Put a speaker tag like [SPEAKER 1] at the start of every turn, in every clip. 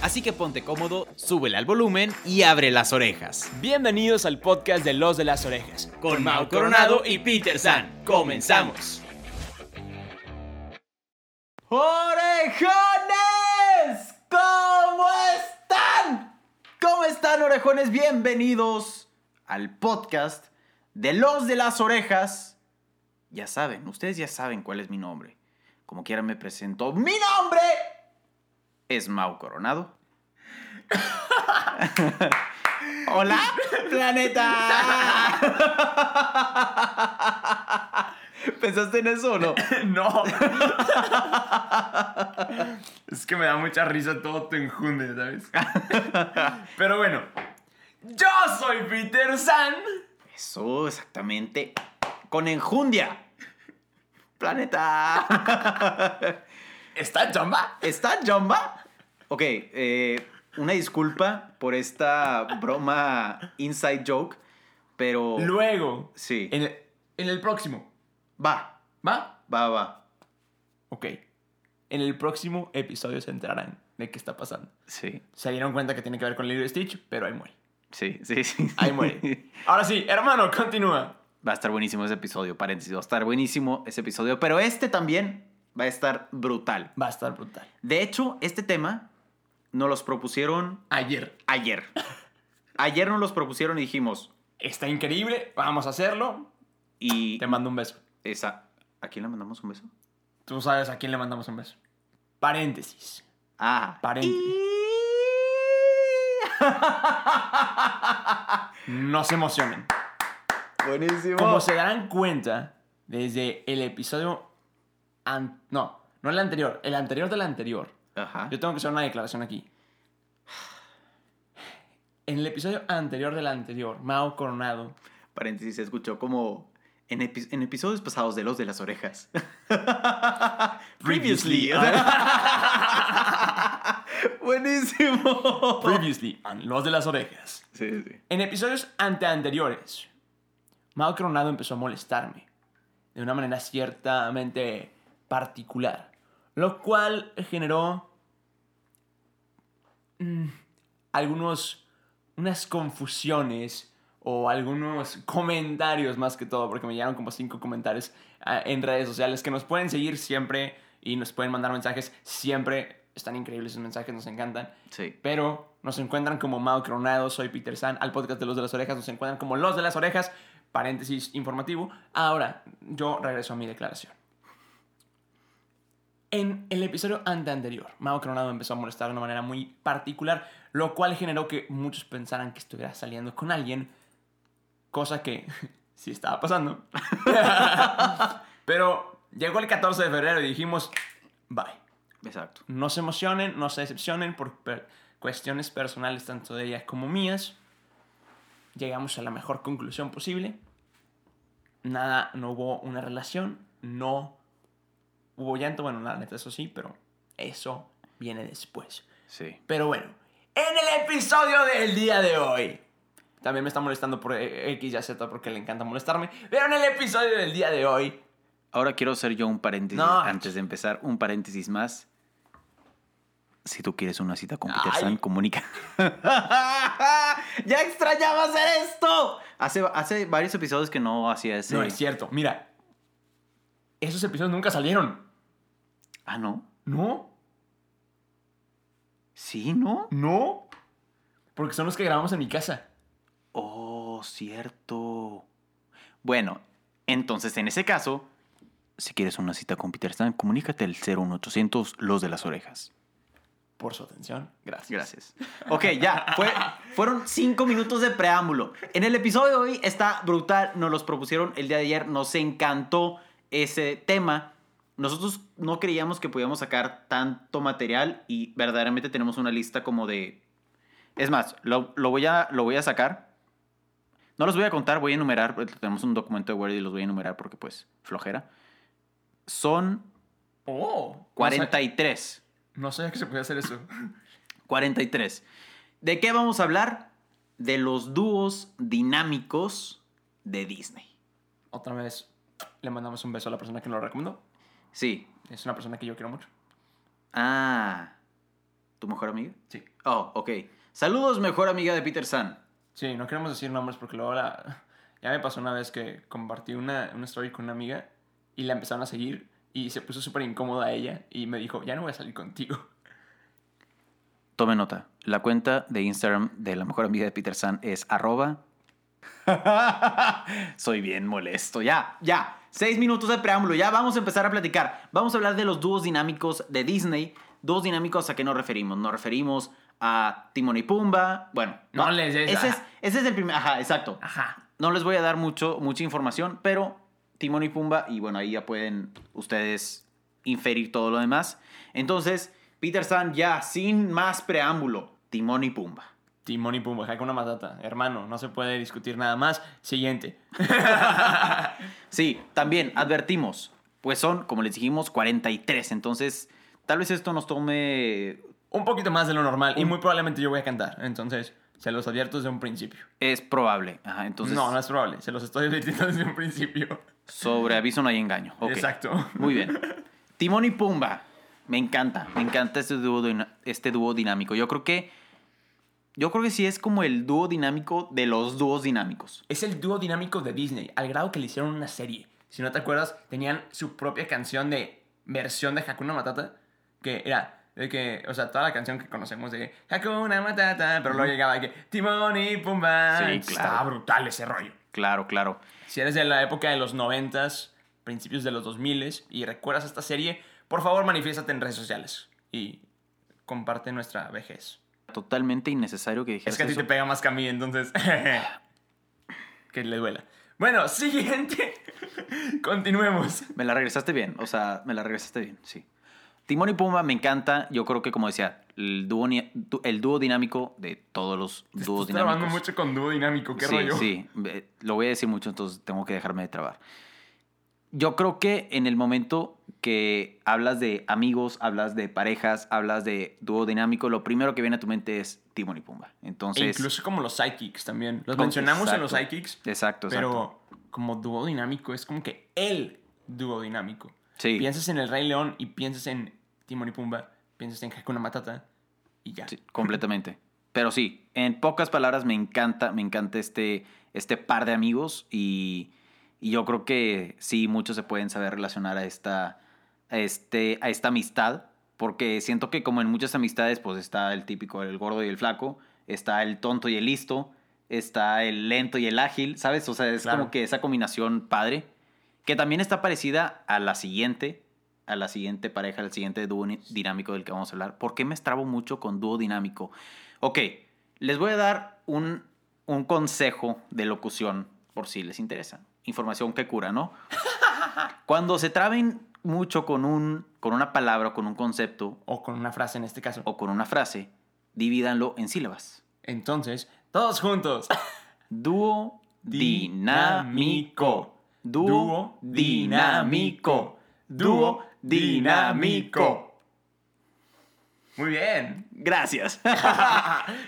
[SPEAKER 1] Así que ponte cómodo, súbele al volumen y abre las orejas.
[SPEAKER 2] Bienvenidos al podcast de Los de las Orejas.
[SPEAKER 1] Con Mau Coronado y Peter San, comenzamos.
[SPEAKER 2] ¡Orejones! ¿Cómo están?
[SPEAKER 1] ¿Cómo están orejones? Bienvenidos al podcast de los de las orejas. Ya saben, ustedes ya saben cuál es mi nombre. Como quiera me presento. Mi nombre es Mau Coronado. Hola, planeta. ¿Pensaste en eso o no?
[SPEAKER 3] No. es que me da mucha risa todo tu enjunde, ¿sabes? Pero bueno, yo soy Peter San.
[SPEAKER 1] Eso, exactamente. Con enjundia. Planeta.
[SPEAKER 3] ¿Está chamba?
[SPEAKER 1] ¿Está Jumba? Ok, eh, una disculpa por esta broma inside joke, pero
[SPEAKER 3] Luego.
[SPEAKER 1] Sí.
[SPEAKER 3] En el, en el próximo.
[SPEAKER 1] va,
[SPEAKER 3] ¿Va?
[SPEAKER 1] va, va.
[SPEAKER 3] Ok. En el próximo episodio se enterarán de qué está pasando.
[SPEAKER 1] Sí,
[SPEAKER 3] Se dieron cuenta que tiene que ver con Lilo y Stitch, pero ahí muere.
[SPEAKER 1] sí, sí, sí.
[SPEAKER 3] Ahí muere. Ahora sí, hermano, continúa.
[SPEAKER 1] Va a estar buenísimo ese episodio, paréntesis. Va a estar buenísimo ese episodio, pero este también va a estar brutal.
[SPEAKER 3] Va a estar brutal.
[SPEAKER 1] De hecho, este tema nos los propusieron
[SPEAKER 3] Ayer.
[SPEAKER 1] ayer. Ayer nos los propusieron y dijimos,
[SPEAKER 3] Está increíble, vamos a hacerlo.
[SPEAKER 1] y...
[SPEAKER 3] Te mando un beso.
[SPEAKER 1] Esa, ¿A quién le mandamos un beso?
[SPEAKER 3] Tú sabes a quién le mandamos un beso. Paréntesis.
[SPEAKER 1] Ah.
[SPEAKER 3] Paréntesis. No se emocionen.
[SPEAKER 1] Buenísimo.
[SPEAKER 3] Como se darán cuenta, desde el episodio... an- no, no el anterior, el anterior del anterior.
[SPEAKER 1] Ajá.
[SPEAKER 3] Yo tengo que hacer una declaración aquí. En el episodio anterior del anterior, Mao Coronado
[SPEAKER 1] Paréntesis, se escuchó como en, epi- en episodios pasados de Los de las Orejas. Previously. ah. Buenísimo.
[SPEAKER 3] Previously, on los de las orejas.
[SPEAKER 1] Sí, sí.
[SPEAKER 3] En episodios anteanteriores, Mao Coronado empezó a molestarme de una manera ciertamente particular, lo cual generó mm, algunos unas confusiones o algunos comentarios más que todo, porque me llegaron como cinco comentarios ah, en redes sociales que nos pueden seguir siempre y nos pueden mandar mensajes siempre. Están increíbles esos mensajes, nos encantan.
[SPEAKER 1] Sí.
[SPEAKER 3] Pero nos encuentran como Mao Coronado, soy Peter San, al podcast de Los de las Orejas nos encuentran como Los de las Orejas, paréntesis informativo. Ahora, yo regreso a mi declaración. En el episodio anteanterior, Mao Coronado empezó a molestar de una manera muy particular, lo cual generó que muchos pensaran que estuviera saliendo con alguien, cosa que sí estaba pasando. Pero llegó el 14 de febrero y dijimos, bye
[SPEAKER 1] Exacto.
[SPEAKER 3] no se emocionen, no se decepcionen por per- cuestiones personales, tanto de ellas como mías. Llegamos a la mejor conclusión posible. Nada, no hubo una relación, no hubo llanto, bueno, nada, neta, eso sí, pero eso viene después.
[SPEAKER 1] Sí.
[SPEAKER 3] Pero bueno, en el episodio del día de hoy. También me está molestando por eh, X y Z porque le encanta molestarme. Pero en el episodio del día de hoy
[SPEAKER 1] Ahora quiero hacer yo un paréntesis
[SPEAKER 3] No.
[SPEAKER 1] antes de empezar, un paréntesis más. Si tú quieres una cita con Peter
[SPEAKER 3] Ay.
[SPEAKER 1] San, comunica. ¡Ya extrañaba hacer esto! Hace, hace varios episodios que no hacía ese.
[SPEAKER 3] No es cierto. Mira, esos episodios nunca salieron.
[SPEAKER 1] Ah, ¿no?
[SPEAKER 3] ¿No?
[SPEAKER 1] ¿Sí, no?
[SPEAKER 3] ¿No? Porque son los que grabamos en mi casa.
[SPEAKER 1] Oh, cierto. Bueno, entonces en ese caso, si quieres una cita con Peter Stan, comunícate al 01800 Los de las Orejas.
[SPEAKER 3] Por su atención. Gracias.
[SPEAKER 1] Gracias. Ok, ya. fue- fueron cinco minutos de preámbulo. En el episodio de hoy está brutal. Nos los propusieron el día de ayer. Nos encantó ese tema. Nosotros no creíamos que podíamos sacar tanto material y verdaderamente tenemos una lista como de... Es más, lo, lo voy, a, lo voy a sacar No los voy a contar, voy a enumerar. porque Tenemos un documento de Word y los voy a enumerar porque, pues, flojera. Son
[SPEAKER 3] Oh.
[SPEAKER 1] 43.
[SPEAKER 3] No sabía que se podía hacer eso.
[SPEAKER 1] 43. ¿De qué vamos a hablar? De los dúos dinámicos de Disney.
[SPEAKER 3] Otra vez, le mandamos un beso a la persona que nos lo recomendó.
[SPEAKER 1] Sí.
[SPEAKER 3] Es una persona que yo quiero mucho.
[SPEAKER 1] Ah. ¿Tu mejor amiga?
[SPEAKER 3] Sí.
[SPEAKER 1] Oh, ok. Saludos, mejor amiga de Peter San.
[SPEAKER 3] Sí, no queremos decir nombres porque luego la... Ya me pasó una vez que compartí una, una story con una amiga y la empezaron a seguir y se puso súper incómoda ella y me dijo, ya no voy a salir contigo.
[SPEAKER 1] Tome nota. La cuenta de Instagram de la mejor amiga de Peter San es arroba. Soy bien molesto. Ya, ya. Seis minutos de preámbulo. Ya vamos a empezar a platicar. Vamos a hablar de los dúos dinámicos de Disney. Dúos dinámicos a qué nos referimos. Nos referimos a Timón y Pumba. Bueno,
[SPEAKER 3] No les des-
[SPEAKER 1] Ese es, ese es el primer. Ajá, exacto.
[SPEAKER 3] Ajá.
[SPEAKER 1] No les voy a dar mucho, mucha información, pero Timón y Pumba, y bueno, ahí ya pueden ustedes inferir todo lo demás. Entonces, Peter San ya, sin más preámbulo, Timón y Pumba.
[SPEAKER 3] Timón y Pumba, una Matata. Hermano, no se puede discutir nada más. Siguiente.
[SPEAKER 1] Sí, también advertimos, pues son, como les dijimos, 43, entonces tal vez esto nos tome...
[SPEAKER 3] Un poquito más de lo normal y muy probablemente yo voy a cantar. Entonces, se los advierto desde un principio.
[SPEAKER 1] Es probable. Ajá, entonces,
[SPEAKER 3] no, no es probable. Se los estoy advirtiendo desde un principio.
[SPEAKER 1] sobre aviso no hay engaño. Ok.
[SPEAKER 3] Exacto.
[SPEAKER 1] Muy bien. Timón y Pumba. Me encanta. Me encanta este dúo, dina- este dúo dinámico. Yo creo que. Yo creo que sí es como el dúo dinámico de los dúos dinámicos.
[SPEAKER 3] Es el dúo dinámico de Disney, al grado que le hicieron una serie. Si no te acuerdas, tenían su propia canción de versión de Hakuna Matata, que era de que, o sea, toda la canción que conocemos de Hakuna Matata, pero luego llegaba de que Timón y Pumba.
[SPEAKER 1] Sí, claro.
[SPEAKER 3] Estaba brutal ese rollo.
[SPEAKER 1] Claro, claro.
[SPEAKER 3] Si eres de la época de los 90s, principios de los 2000s y recuerdas esta serie, por favor, manifiéstate en redes sociales y comparte nuestra vejez.
[SPEAKER 1] Totalmente innecesario que dijeras
[SPEAKER 3] Es que a ti
[SPEAKER 1] eso.
[SPEAKER 3] te pega más que a mí, entonces. que le duela. Bueno, siguiente. Continuemos.
[SPEAKER 1] Me la regresaste bien. O sea, me la regresaste bien, sí. Timón y Pumba me encanta. Yo creo que, como decía, el dúo, ni- du- el dúo dinámico de todos los dúos
[SPEAKER 3] Estoy trabajando
[SPEAKER 1] dinámicos.
[SPEAKER 3] mucho con dúo dinámico, qué
[SPEAKER 1] sí,
[SPEAKER 3] rollo.
[SPEAKER 1] Sí, eh, lo voy a decir mucho, entonces tengo que dejarme de trabar. Yo creo que en el momento que hablas de amigos, hablas de parejas, hablas de dúo dinámico, lo primero que viene a tu mente es Timón y Pumba.
[SPEAKER 3] E
[SPEAKER 1] Entonces,
[SPEAKER 3] incluso como los sidekicks también. Los
[SPEAKER 1] Con-
[SPEAKER 3] mencionamos en los
[SPEAKER 1] exacto.
[SPEAKER 3] sidekicks,
[SPEAKER 1] exacto, exacto.
[SPEAKER 3] pero como dúo dinámico es como que el dúo dinámico.
[SPEAKER 1] Sí,
[SPEAKER 3] Piensas en el Rey León y piensas en Timón y Pumba, piensas en Hakuna Matata y ya.
[SPEAKER 1] sí, completamente. Pero sí, en pocas palabras me encanta, me encanta este, este par de amigos y, y yo creo que sí, muchos se pueden saber relacionar a esta, a este, a esta amistad, porque siento que como en muchas amistades, pues está el típico, el gordo y el flaco, está el tonto y el listo, está el lento y el ágil, ¿sabes? O sea, es
[SPEAKER 3] Claro.
[SPEAKER 1] como que esa combinación padre, que también está parecida a la siguiente, a la siguiente pareja, al siguiente dúo ni- dinámico del que vamos a hablar. ¿Por qué me estrabo mucho con dúo dinámico? Ok, les voy a dar un, un consejo de locución, por si les interesa. Información que cura, ¿no? Cuando se traben mucho con, un, con una palabra, o con un concepto
[SPEAKER 3] O con una frase en este caso.
[SPEAKER 1] o con una frase, divídanlo en sílabas.
[SPEAKER 3] Entonces, todos juntos.
[SPEAKER 1] Dúo dinámico.
[SPEAKER 3] Dinámico.
[SPEAKER 1] Dúo dinámico. Dúo dinámico.
[SPEAKER 3] Muy bien.
[SPEAKER 1] Gracias.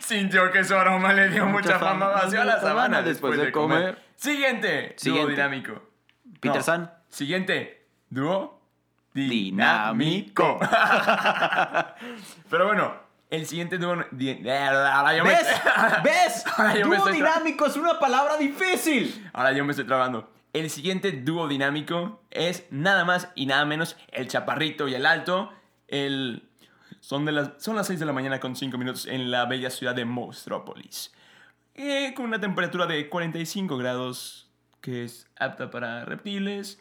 [SPEAKER 3] Sintió que su aroma le dio mucha,
[SPEAKER 1] Mucha
[SPEAKER 3] fama.
[SPEAKER 1] fama.
[SPEAKER 3] Vació
[SPEAKER 1] Mucha
[SPEAKER 3] la
[SPEAKER 1] fama
[SPEAKER 3] sabana
[SPEAKER 1] después
[SPEAKER 3] después
[SPEAKER 1] de
[SPEAKER 3] de comer.
[SPEAKER 1] comer.
[SPEAKER 3] Siguiente. Dúo
[SPEAKER 1] Siguiente.
[SPEAKER 3] dinámico.
[SPEAKER 1] Peter
[SPEAKER 3] No.
[SPEAKER 1] San.
[SPEAKER 3] Siguiente. Dúo
[SPEAKER 1] Dinámico.
[SPEAKER 3] Pero bueno, el siguiente dúo. di- Ahora yo me-
[SPEAKER 1] ¿Ves? ¿Ves?
[SPEAKER 3] Ay, yo me
[SPEAKER 1] Dúo
[SPEAKER 3] estoy tra-
[SPEAKER 1] dinámico es una palabra difícil.
[SPEAKER 3] Ahora yo me estoy trabando. El siguiente dúo dinámico es nada más y nada menos el chaparrito y el alto. El... Son, de las... Son las 6 de la mañana con 5 minutos en la bella ciudad de Monstrópolis. Eh, con una temperatura de 45 grados que es apta para reptiles.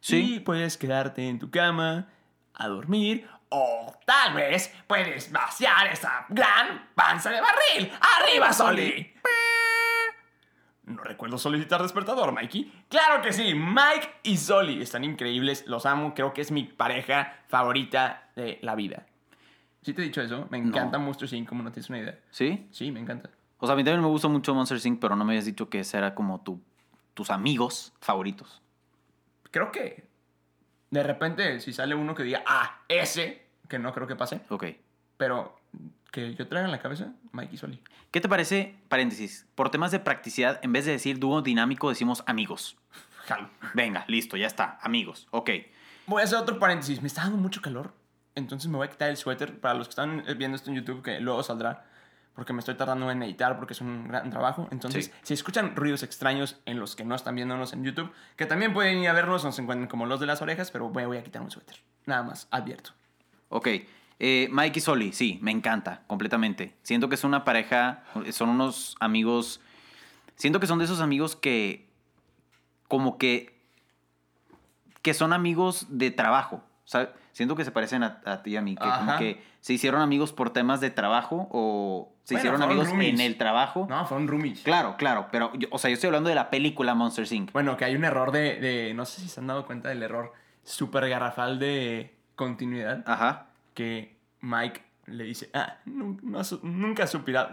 [SPEAKER 1] Sí.
[SPEAKER 3] Y puedes quedarte en tu cama a dormir. O tal vez puedes vaciar esa gran panza de barril. ¡Arriba, Soli! No recuerdo solicitar despertador, Mikey. Claro que sí, Mike y Soli están increíbles, los amo, creo que es mi pareja favorita de la vida. Sí te he dicho eso, me encanta Monstruo 5, como no tienes una idea.
[SPEAKER 1] ¿Sí?
[SPEAKER 3] Sí, me encanta.
[SPEAKER 1] O sea, a mí también me gusta mucho Monster Inc., pero no me habías dicho que ese era como tu, tus amigos favoritos.
[SPEAKER 3] Creo que de repente, si sale uno que diga, ah, ese, que no creo que pase,
[SPEAKER 1] Ok.
[SPEAKER 3] pero que yo traiga en la cabeza, Mikey Soli.
[SPEAKER 1] ¿Qué te parece, paréntesis, por temas de practicidad, en vez de decir dúo dinámico, decimos amigos?
[SPEAKER 3] Jalo.
[SPEAKER 1] Venga, listo, ya está, amigos, ok.
[SPEAKER 3] Voy a hacer otro paréntesis. Me está dando mucho calor. Entonces me voy a quitar el suéter. Para los que están eh, viendo esto en YouTube, que luego saldrá. Porque me estoy tardando en editar porque es un gran trabajo. Entonces,
[SPEAKER 1] Sí.
[SPEAKER 3] si escuchan ruidos extraños en los que no están viéndonos en YouTube, que también pueden ir a vernos, nos encuentran como los de las orejas, pero me voy a quitar un suéter. Nada más, advierto.
[SPEAKER 1] Ok. Eh, Mike y Soli, sí, me encanta, completamente. Siento que es una pareja, son unos amigos. Siento que son de esos amigos que. como que. que son amigos de trabajo. ¿sabes? Siento que se parecen a, a ti y a mí, que como
[SPEAKER 3] Ajá.
[SPEAKER 1] que se hicieron amigos por temas de trabajo o se
[SPEAKER 3] Bueno,
[SPEAKER 1] hicieron
[SPEAKER 3] fueron
[SPEAKER 1] amigos
[SPEAKER 3] roomies.
[SPEAKER 1] en el trabajo.
[SPEAKER 3] No, fueron roomies.
[SPEAKER 1] Claro, claro, pero, yo- o sea, yo estoy hablando de la película Monster Inc.
[SPEAKER 3] Bueno, que hay un error de, de- No sé si se han dado cuenta del error súper garrafal de continuidad.
[SPEAKER 1] Ajá.
[SPEAKER 3] que Mike le dice, ah, nu- no has- nunca has superado,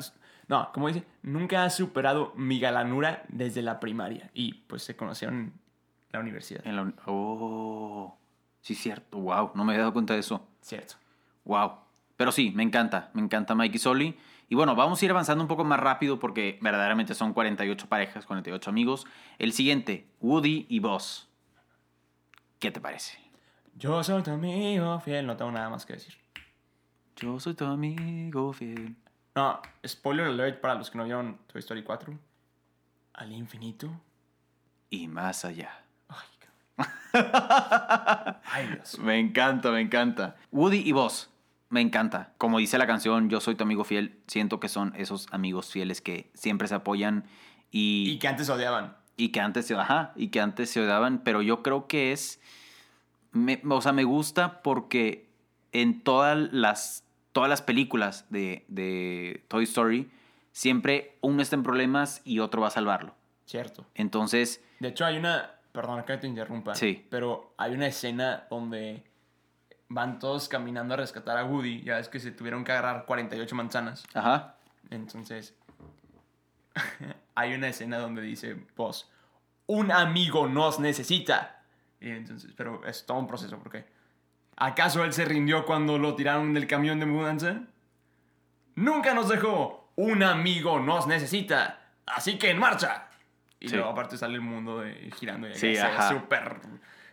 [SPEAKER 3] no, como dice, nunca has superado mi galanura desde la primaria. Y pues se conocieron en la universidad.
[SPEAKER 1] En la uni- oh. Sí, cierto. Wow, no me había dado cuenta de eso.
[SPEAKER 3] Cierto.
[SPEAKER 1] Wow. Pero sí, me encanta, me encanta Mike y Soli. Y bueno, vamos a ir avanzando un poco más rápido porque verdaderamente son 48 parejas, 48 amigos. El siguiente, Woody y Buzz. ¿Qué te parece?
[SPEAKER 3] Yo soy tu amigo fiel, no tengo nada más que decir.
[SPEAKER 1] Yo soy tu amigo fiel.
[SPEAKER 3] No, spoiler alert para los que no vieron Toy Story 4. Al infinito.
[SPEAKER 1] Y más allá.
[SPEAKER 3] Ay, cabrón. Ay, Dios.
[SPEAKER 1] Me encanta, me encanta. Woody y Buzz. Me encanta. Como dice la canción, yo soy tu amigo fiel. Siento que son esos amigos fieles que siempre se apoyan
[SPEAKER 3] Y que antes odiaban.
[SPEAKER 1] Y que antes se ajá, y que antes se odiaban, pero yo creo que es. me- o sea, me gusta porque en todas las, todas las películas de, de Toy Story, siempre uno está en problemas y otro va a salvarlo.
[SPEAKER 3] Cierto.
[SPEAKER 1] Entonces,
[SPEAKER 3] De hecho, hay una. Perdón, que te interrumpa.
[SPEAKER 1] Sí.
[SPEAKER 3] Pero hay una escena donde van todos caminando a rescatar a Woody. Ya es que se tuvieron que agarrar 48 manzanas.
[SPEAKER 1] ajá,
[SPEAKER 3] Entonces. hay una escena donde dice vos: Un amigo nos necesita. Y entonces, pero es todo un proceso porque. ¿Acaso él se rindió cuando lo tiraron del camión de mudanza? Nunca nos dejó. Un amigo nos necesita. Así que en marcha. Y
[SPEAKER 1] Sí.
[SPEAKER 3] luego aparte sale el mundo de- girando y
[SPEAKER 1] Sí,
[SPEAKER 3] sí,
[SPEAKER 1] ajá.
[SPEAKER 3] súper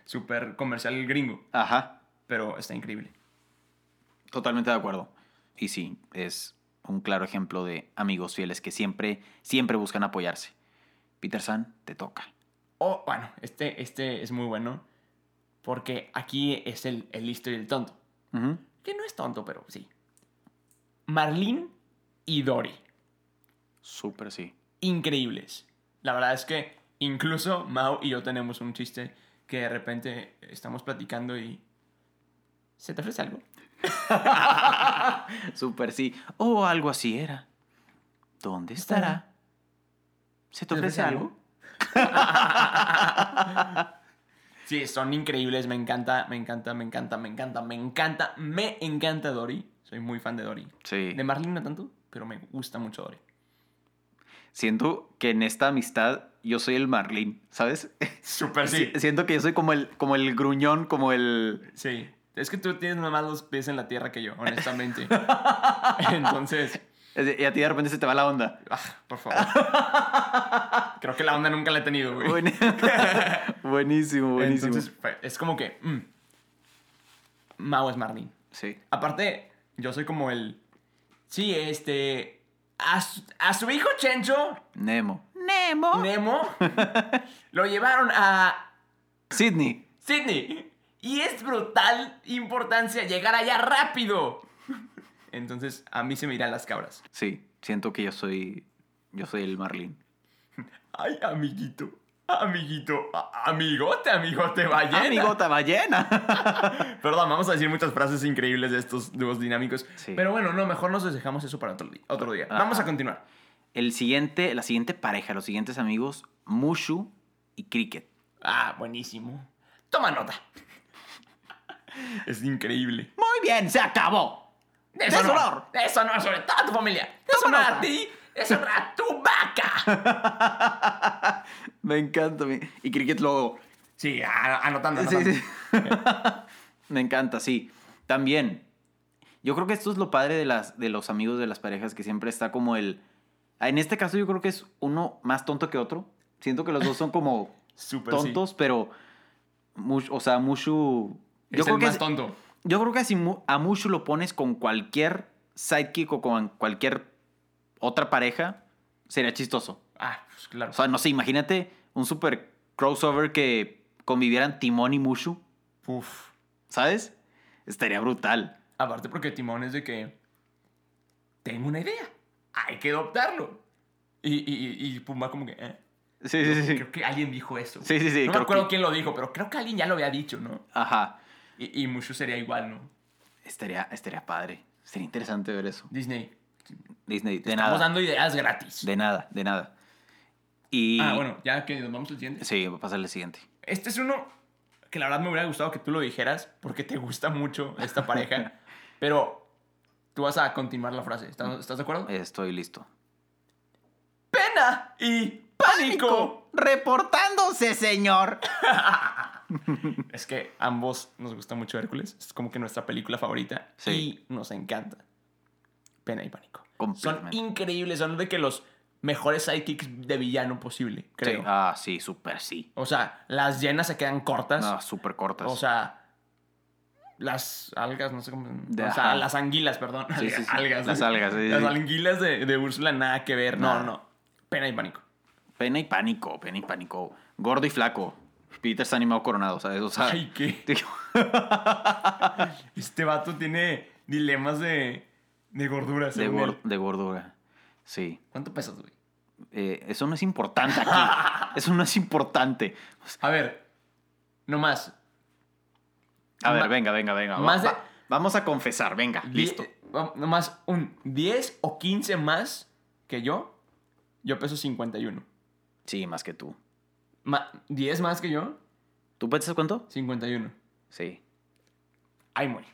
[SPEAKER 3] super comercial el gringo.
[SPEAKER 1] ajá,
[SPEAKER 3] Pero está increíble.
[SPEAKER 1] totalmente de acuerdo. Y sí, es un claro ejemplo de amigos fieles que siempre, siempre buscan apoyarse. Peter San, te toca.
[SPEAKER 3] Oh, bueno, este, este es muy bueno. Porque aquí es el, el listo y el tonto.
[SPEAKER 1] Ujú.
[SPEAKER 3] Que no es tonto, pero sí. Marlene y Dory.
[SPEAKER 1] Súper, sí.
[SPEAKER 3] Increíbles. La verdad es que incluso Mao y yo tenemos un chiste que de repente estamos platicando y... ¿Se te ofrece algo?
[SPEAKER 1] Súper sí. O algo así era. ¿Dónde estará? ¿Se te ofrece algo?
[SPEAKER 3] sí, son increíbles. Me encanta, me encanta, me encanta, me encanta, me encanta. Me encanta Dory. Soy muy fan de Dory.
[SPEAKER 1] Sí.
[SPEAKER 3] De Marlene no tanto, pero me gusta mucho Dory.
[SPEAKER 1] Siento que en esta amistad yo soy el Marlín, ¿sabes?
[SPEAKER 3] Súper
[SPEAKER 1] Si- Siento que yo soy como el, como el gruñón, como el...
[SPEAKER 3] Sí. Es que tú tienes más los pies en la tierra que yo, honestamente. Entonces,
[SPEAKER 1] Y a ti de repente se te va la onda.
[SPEAKER 3] ah, por favor. Creo que la onda nunca la he tenido, güey.
[SPEAKER 1] Buen- buenísimo, buenísimo.
[SPEAKER 3] Entonces, fue- es como que... mm, Mao es Marlene.
[SPEAKER 1] sí.
[SPEAKER 3] Aparte, yo soy como el. Sí, este. A su, a su hijo Chencho,
[SPEAKER 1] Nemo. Nemo.
[SPEAKER 3] Nemo, lo llevaron a
[SPEAKER 1] Sidney.
[SPEAKER 3] Sydney. Y es brutal importancia llegar allá rápido. Entonces, a mí se me irán las cabras.
[SPEAKER 1] Sí, siento que yo soy... Yo soy el Marlín.
[SPEAKER 3] Ay, amiguito. Amiguito. a- Amigote, amigote, vaya.
[SPEAKER 1] Amigota ballena.
[SPEAKER 3] Perdón, vamos a decir muchas frases increíbles de estos dúos dinámicos.
[SPEAKER 1] Sí. Ah.
[SPEAKER 3] Pero bueno, no, mejor nos dejamos eso para otro, di- otro día.
[SPEAKER 1] Ajá.
[SPEAKER 3] Vamos a continuar.
[SPEAKER 1] El siguiente, la siguiente pareja, los siguientes amigos, Mushu y Cricket.
[SPEAKER 3] Ah, buenísimo. Toma nota. Es increíble.
[SPEAKER 1] Muy bien, se acabó.
[SPEAKER 3] Deshonor.
[SPEAKER 1] Deshonor.
[SPEAKER 3] Deshonor sobre toda tu familia. Deshonor a ti. ¡Es una tubaca!
[SPEAKER 1] Me encanta. mi- Y Cricket luego.
[SPEAKER 3] Sí, a- anotando,
[SPEAKER 1] Sí,
[SPEAKER 3] anotando.
[SPEAKER 1] sí. Me encanta, sí. También. Yo creo que esto es lo padre de, las, de los amigos de las parejas, que siempre está como el... En este caso yo creo que es uno más tonto que otro. Siento que los dos son como
[SPEAKER 3] Súper Pues sí.
[SPEAKER 1] tontos, pero... Mush- o sea, Mushu... Yo
[SPEAKER 3] Es
[SPEAKER 1] creo,
[SPEAKER 3] el
[SPEAKER 1] que
[SPEAKER 3] más
[SPEAKER 1] es-
[SPEAKER 3] tonto.
[SPEAKER 1] yo creo que si Mu- a Mushu lo pones con cualquier sidekick o con cualquier otra pareja, sería chistoso.
[SPEAKER 3] Ah, pues claro.
[SPEAKER 1] O sea, no sé, imagínate un super crossover que convivieran Timón y Mushu.
[SPEAKER 3] Uf.
[SPEAKER 1] ¿Sabes? Estaría brutal.
[SPEAKER 3] Aparte porque Timón es de que... Tengo una idea. Hay que adoptarlo. Y, y, y- y Pumba como que... "Eh".
[SPEAKER 1] Sí, sí, sí.
[SPEAKER 3] Creo que alguien dijo eso.
[SPEAKER 1] Sí, sí, sí,
[SPEAKER 3] No me
[SPEAKER 1] creo
[SPEAKER 3] acuerdo
[SPEAKER 1] que-
[SPEAKER 3] quién lo dijo, pero creo que alguien ya lo había dicho, ¿no?
[SPEAKER 1] Ajá.
[SPEAKER 3] Y, y Mushu sería igual, ¿no?
[SPEAKER 1] Estaría, estaría padre. Sería interesante ver eso.
[SPEAKER 3] Disney.
[SPEAKER 1] Disney, de
[SPEAKER 3] Estamos
[SPEAKER 1] nada.
[SPEAKER 3] dando ideas gratis.
[SPEAKER 1] De nada, de nada. Y.
[SPEAKER 3] Ah, bueno, ya que nos vamos al siguiente.
[SPEAKER 1] Sí, va a pasar el siguiente.
[SPEAKER 3] Este es uno que la verdad me hubiera gustado que tú lo dijeras porque te gusta mucho esta pareja. pero tú vas a continuar la frase. ¿Estás, estás de acuerdo?
[SPEAKER 1] Estoy listo.
[SPEAKER 3] ¡Pena y pánico!
[SPEAKER 1] ¡Reportándose, señor!
[SPEAKER 3] Es que ambos nos gusta mucho Hércules. Es como que nuestra película favorita.
[SPEAKER 1] Sí.
[SPEAKER 3] Y nos encanta. Pena y pánico. Son
[SPEAKER 1] Completamente.
[SPEAKER 3] increíbles. Son de que los mejores sidekicks de villano posible, creo.
[SPEAKER 1] Sí. Ah, sí, súper sí.
[SPEAKER 3] O sea, las llenas se quedan cortas.
[SPEAKER 1] No, súper cortas.
[SPEAKER 3] O sea, las algas, no sé cómo.
[SPEAKER 1] De-
[SPEAKER 3] o sea,
[SPEAKER 1] ajá.
[SPEAKER 3] las anguilas, perdón.
[SPEAKER 1] Sí, sí, sí.
[SPEAKER 3] Algas.
[SPEAKER 1] Las algas, sí,
[SPEAKER 3] Las
[SPEAKER 1] sí.
[SPEAKER 3] anguilas de, de Úrsula, nada que ver. No,
[SPEAKER 1] Nada.
[SPEAKER 3] no. Pena y pánico.
[SPEAKER 1] Pena y pánico, pena y pánico. Gordo y flaco. Peter está animado coronado, ¿sabes? O sea.
[SPEAKER 3] Ay, qué. Este vato tiene dilemas de, de gorduras.
[SPEAKER 1] De,
[SPEAKER 3] según
[SPEAKER 1] gor-
[SPEAKER 3] él.
[SPEAKER 1] de gordura. Sí.
[SPEAKER 3] ¿Cuánto pesas, güey?
[SPEAKER 1] Eh, eso no es importante aquí. eso no es importante.
[SPEAKER 3] A ver, nomás.
[SPEAKER 1] A ver,
[SPEAKER 3] Ma-
[SPEAKER 1] venga, venga, venga. Va-
[SPEAKER 3] más de-
[SPEAKER 1] va- vamos a confesar, venga,
[SPEAKER 3] die-
[SPEAKER 1] listo.
[SPEAKER 3] va- Nomás un 10 o 15 más que yo. Yo peso 51.
[SPEAKER 1] Sí, más que tú.
[SPEAKER 3] Ma- 10 más que yo,
[SPEAKER 1] ¿Tú pensas cuánto?
[SPEAKER 3] 51.
[SPEAKER 1] Sí.
[SPEAKER 3] Ahí muere.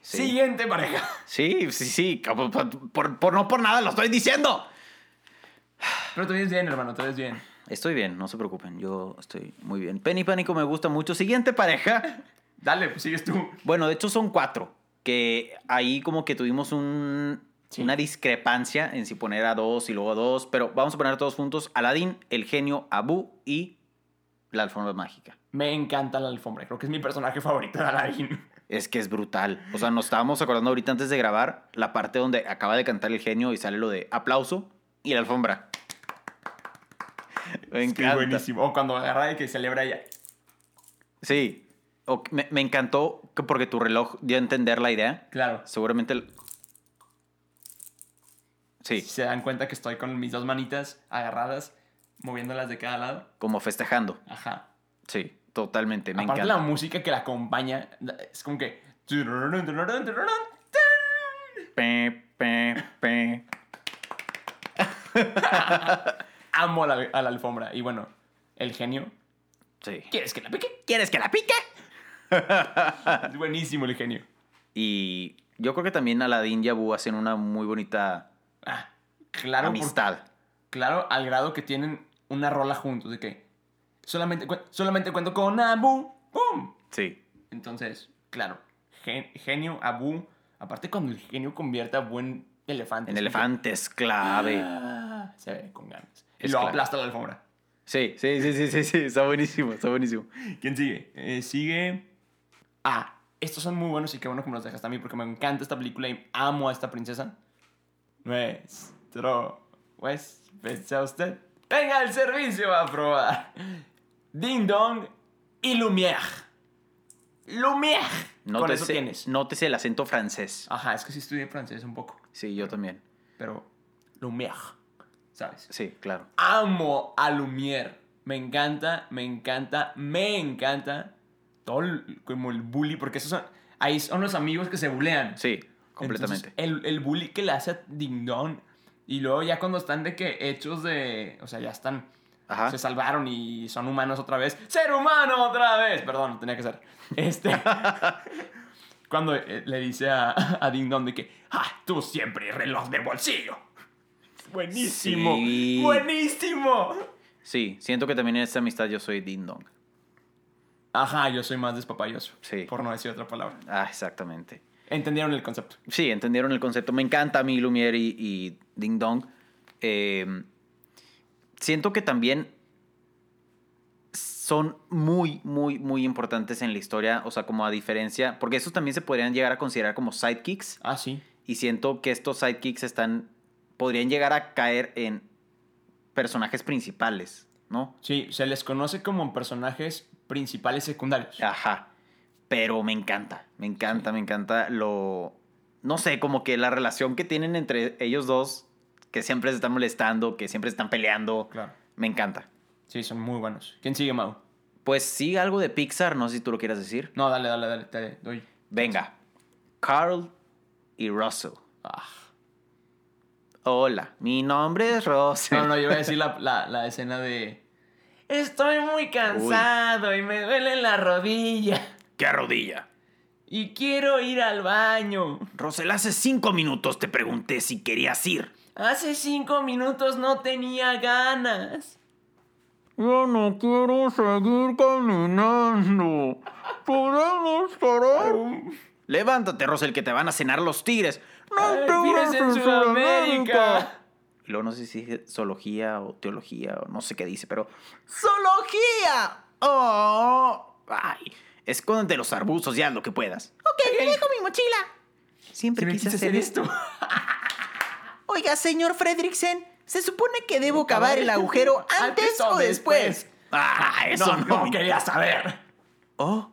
[SPEAKER 1] Sí.
[SPEAKER 3] Siguiente pareja.
[SPEAKER 1] Sí, sí, sí. capo- Por, por- por- no por nada lo estoy diciendo.
[SPEAKER 3] Pero te ves bien, hermano, te ves bien.
[SPEAKER 1] Estoy bien, no se preocupen. Yo estoy muy bien. Penny Pánico me gusta mucho. Siguiente pareja.
[SPEAKER 3] Dale, pues sigues tú.
[SPEAKER 1] Bueno, de hecho son cuatro. Que ahí como que tuvimos un-
[SPEAKER 3] Sí.
[SPEAKER 1] una discrepancia en si poner a dos y luego a dos. Pero vamos a poner todos juntos. Aladdin, el genio, Abu y la alfombra mágica.
[SPEAKER 3] Me encanta la alfombra. Creo que es mi personaje favorito de Aladdin.
[SPEAKER 1] Es que es brutal. O sea, nos estábamos acordando ahorita antes de grabar la parte donde acaba de cantar el genio y sale lo de aplauso y la alfombra. Me
[SPEAKER 3] Es que es
[SPEAKER 1] encanta.
[SPEAKER 3] buenísimo. O cuando agarra y que celebra ella.
[SPEAKER 1] Sí. O- me, me encantó que- porque tu reloj dio a entender la idea.
[SPEAKER 3] Claro.
[SPEAKER 1] Seguramente. el- Sí,
[SPEAKER 3] Si se dan cuenta que estoy con mis dos manitas agarradas, moviéndolas de cada lado.
[SPEAKER 1] como festejando.
[SPEAKER 3] Ajá.
[SPEAKER 1] Sí, totalmente. Me
[SPEAKER 3] Aparte la
[SPEAKER 1] encanta.
[SPEAKER 3] música que la acompaña, es como que...
[SPEAKER 1] Pe, pe, pe.
[SPEAKER 3] Amo a la, a la alfombra. Y bueno, el genio.
[SPEAKER 1] Sí.
[SPEAKER 3] ¿Quieres que la pique?
[SPEAKER 1] ¿Quieres que la pique?
[SPEAKER 3] Es buenísimo el genio.
[SPEAKER 1] Y yo creo que también Aladdin y Abu hacen una muy bonita
[SPEAKER 3] Ah, claro, porque-
[SPEAKER 1] amistad.
[SPEAKER 3] Claro, al grado que tienen una rola juntos, de que solamente, cu- solamente cuento con Abu, ¡pum!
[SPEAKER 1] Sí.
[SPEAKER 3] Entonces, claro, gen- genio, Abu, aparte cuando el genio convierte a buen elefante.
[SPEAKER 1] En
[SPEAKER 3] es como
[SPEAKER 1] elefante es
[SPEAKER 3] que,
[SPEAKER 1] clave.
[SPEAKER 3] "Ah", se ve con ganas. Y
[SPEAKER 1] Es
[SPEAKER 3] lo
[SPEAKER 1] clave.
[SPEAKER 3] aplasta la alfombra.
[SPEAKER 1] Sí, sí, sí, sí, sí, sí. Está buenísimo, está buenísimo.
[SPEAKER 3] ¿Quién sigue? Eh, sigue... Ah, estos son muy buenos y qué bueno que me los dejaste a mí porque me encanta esta película y amo a esta princesa. Nuestro... Pues, pese a usted. Venga al servicio a probar. Ding Dong y Lumière. Lumière.
[SPEAKER 1] No
[SPEAKER 3] Con
[SPEAKER 1] te
[SPEAKER 3] eso
[SPEAKER 1] sé-
[SPEAKER 3] tienes.
[SPEAKER 1] Nótese el acento francés.
[SPEAKER 3] Ajá, es que sí estudié francés un poco,
[SPEAKER 1] Sí, yo también.
[SPEAKER 3] pero Lumière, ¿sabes?
[SPEAKER 1] Sí, claro.
[SPEAKER 3] amo a Lumière. Me encanta, me encanta, me encanta. Todo el- como el bully, porque esos son, ahí son los amigos que se bulean.
[SPEAKER 1] Sí,
[SPEAKER 3] Entonces,
[SPEAKER 1] completamente.
[SPEAKER 3] el, el bully que le hace a Ding Dong. Y luego ya cuando están de que hechos de... O sea, ya están...
[SPEAKER 1] Ajá.
[SPEAKER 3] Se salvaron y son humanos otra vez. ¡Ser humano otra vez! Perdón, tenía que ser. Este... cuando eh, le dice a, a Ding Dong de que... ¡Ah, tú siempre reloj de bolsillo! Buenísimo.
[SPEAKER 1] Sí.
[SPEAKER 3] Buenísimo.
[SPEAKER 1] Sí, siento que también en esta amistad yo soy Ding Dong.
[SPEAKER 3] Ajá, yo soy más despapayoso.
[SPEAKER 1] Sí.
[SPEAKER 3] Por no decir otra palabra.
[SPEAKER 1] Ah, exactamente.
[SPEAKER 3] Entendieron el concepto.
[SPEAKER 1] Sí, entendieron el concepto. Me encanta a mí Lumière y, y Ding Dong. Eh, siento que también son muy, muy, muy importantes en la historia. O sea, como a diferencia, porque estos también se podrían llegar a considerar como sidekicks.
[SPEAKER 3] Ah, sí.
[SPEAKER 1] Y siento que estos sidekicks están, podrían llegar a caer en personajes principales, ¿no?
[SPEAKER 3] Sí, se les conoce como personajes principales secundarios.
[SPEAKER 1] Ajá. Pero me encanta, me encanta, me encanta lo... No sé, como que la relación que tienen entre ellos dos, que siempre se están molestando, que siempre se están peleando,
[SPEAKER 3] Claro.
[SPEAKER 1] me encanta.
[SPEAKER 3] Sí, son muy buenos. ¿Quién sigue, Mau?
[SPEAKER 1] Pues sí, algo de Pixar, no sé si tú lo quieras decir.
[SPEAKER 3] No, dale, dale, dale, te doy.
[SPEAKER 1] Venga, Carl y Russell.
[SPEAKER 3] Ah.
[SPEAKER 1] Hola, mi nombre es Russell.
[SPEAKER 3] No, no, yo iba a decir la, la- la escena de... Estoy muy cansado y me duele la rodilla.
[SPEAKER 1] ¿Qué rodilla?
[SPEAKER 3] Y quiero ir al baño.
[SPEAKER 1] Russell, hace cinco minutos te pregunté si querías ir.
[SPEAKER 3] Hace cinco minutos no tenía ganas.
[SPEAKER 1] Yo no quiero seguir caminando. ¿Podemos parar? Levántate, Rosel, que te van a cenar los tigres. No
[SPEAKER 3] Ay,
[SPEAKER 1] te
[SPEAKER 3] vives en
[SPEAKER 1] vas a
[SPEAKER 3] Sudamérica.
[SPEAKER 1] Y luego no sé si dije zoología o teología o no sé qué dice, pero. ¡Zoología! ¡Oh! ¡Ay! Escóndete los arbustos y haz lo que puedas. Ok, te dejo mi mochila. Siempre
[SPEAKER 3] ¿Qué
[SPEAKER 1] quise
[SPEAKER 3] quise
[SPEAKER 1] hacer esto. Oiga, señor Fredricksen, se supone que debo
[SPEAKER 3] cavar el agujero antes o después?
[SPEAKER 1] Ah, eso
[SPEAKER 3] No,
[SPEAKER 1] no.
[SPEAKER 3] no quería saber.
[SPEAKER 1] Oh.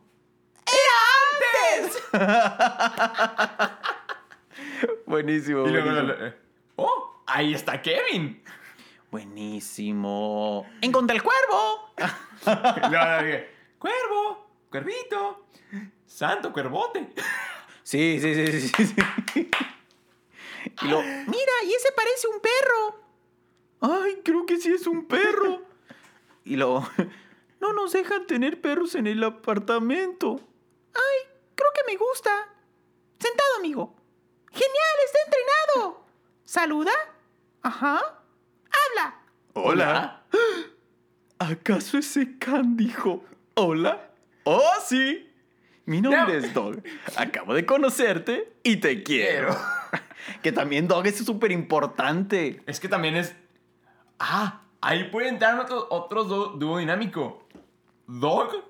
[SPEAKER 1] ¡Era antes! buenísimo,
[SPEAKER 3] Y luego...
[SPEAKER 1] buenísimo.
[SPEAKER 3] eh, ¡Oh! Ahí está Kevin.
[SPEAKER 1] Buenísimo. ¡Encontré el cuervo!
[SPEAKER 3] Y luego dije, Cuervo, cuervito, santo cuervote.
[SPEAKER 1] Sí, sí, sí, sí, sí, sí. Y luego, mira, y ese parece un perro. Ay, creo que sí es un perro. Y luego, no nos dejan tener perros en el apartamento. Ay, creo que me gusta. Sentado, amigo. Genial, está entrenado. ¿Saluda? Ajá. Habla. ¿Acaso ese can dijo hola? ¡Oh, sí! Mi nombre
[SPEAKER 3] No.
[SPEAKER 1] es Dog. Acabo de conocerte y te quiero. que también Dog es súper importante.
[SPEAKER 3] Es que también es. Ah, ahí puede entrar otro, otro dúo dúo dinámico: Dog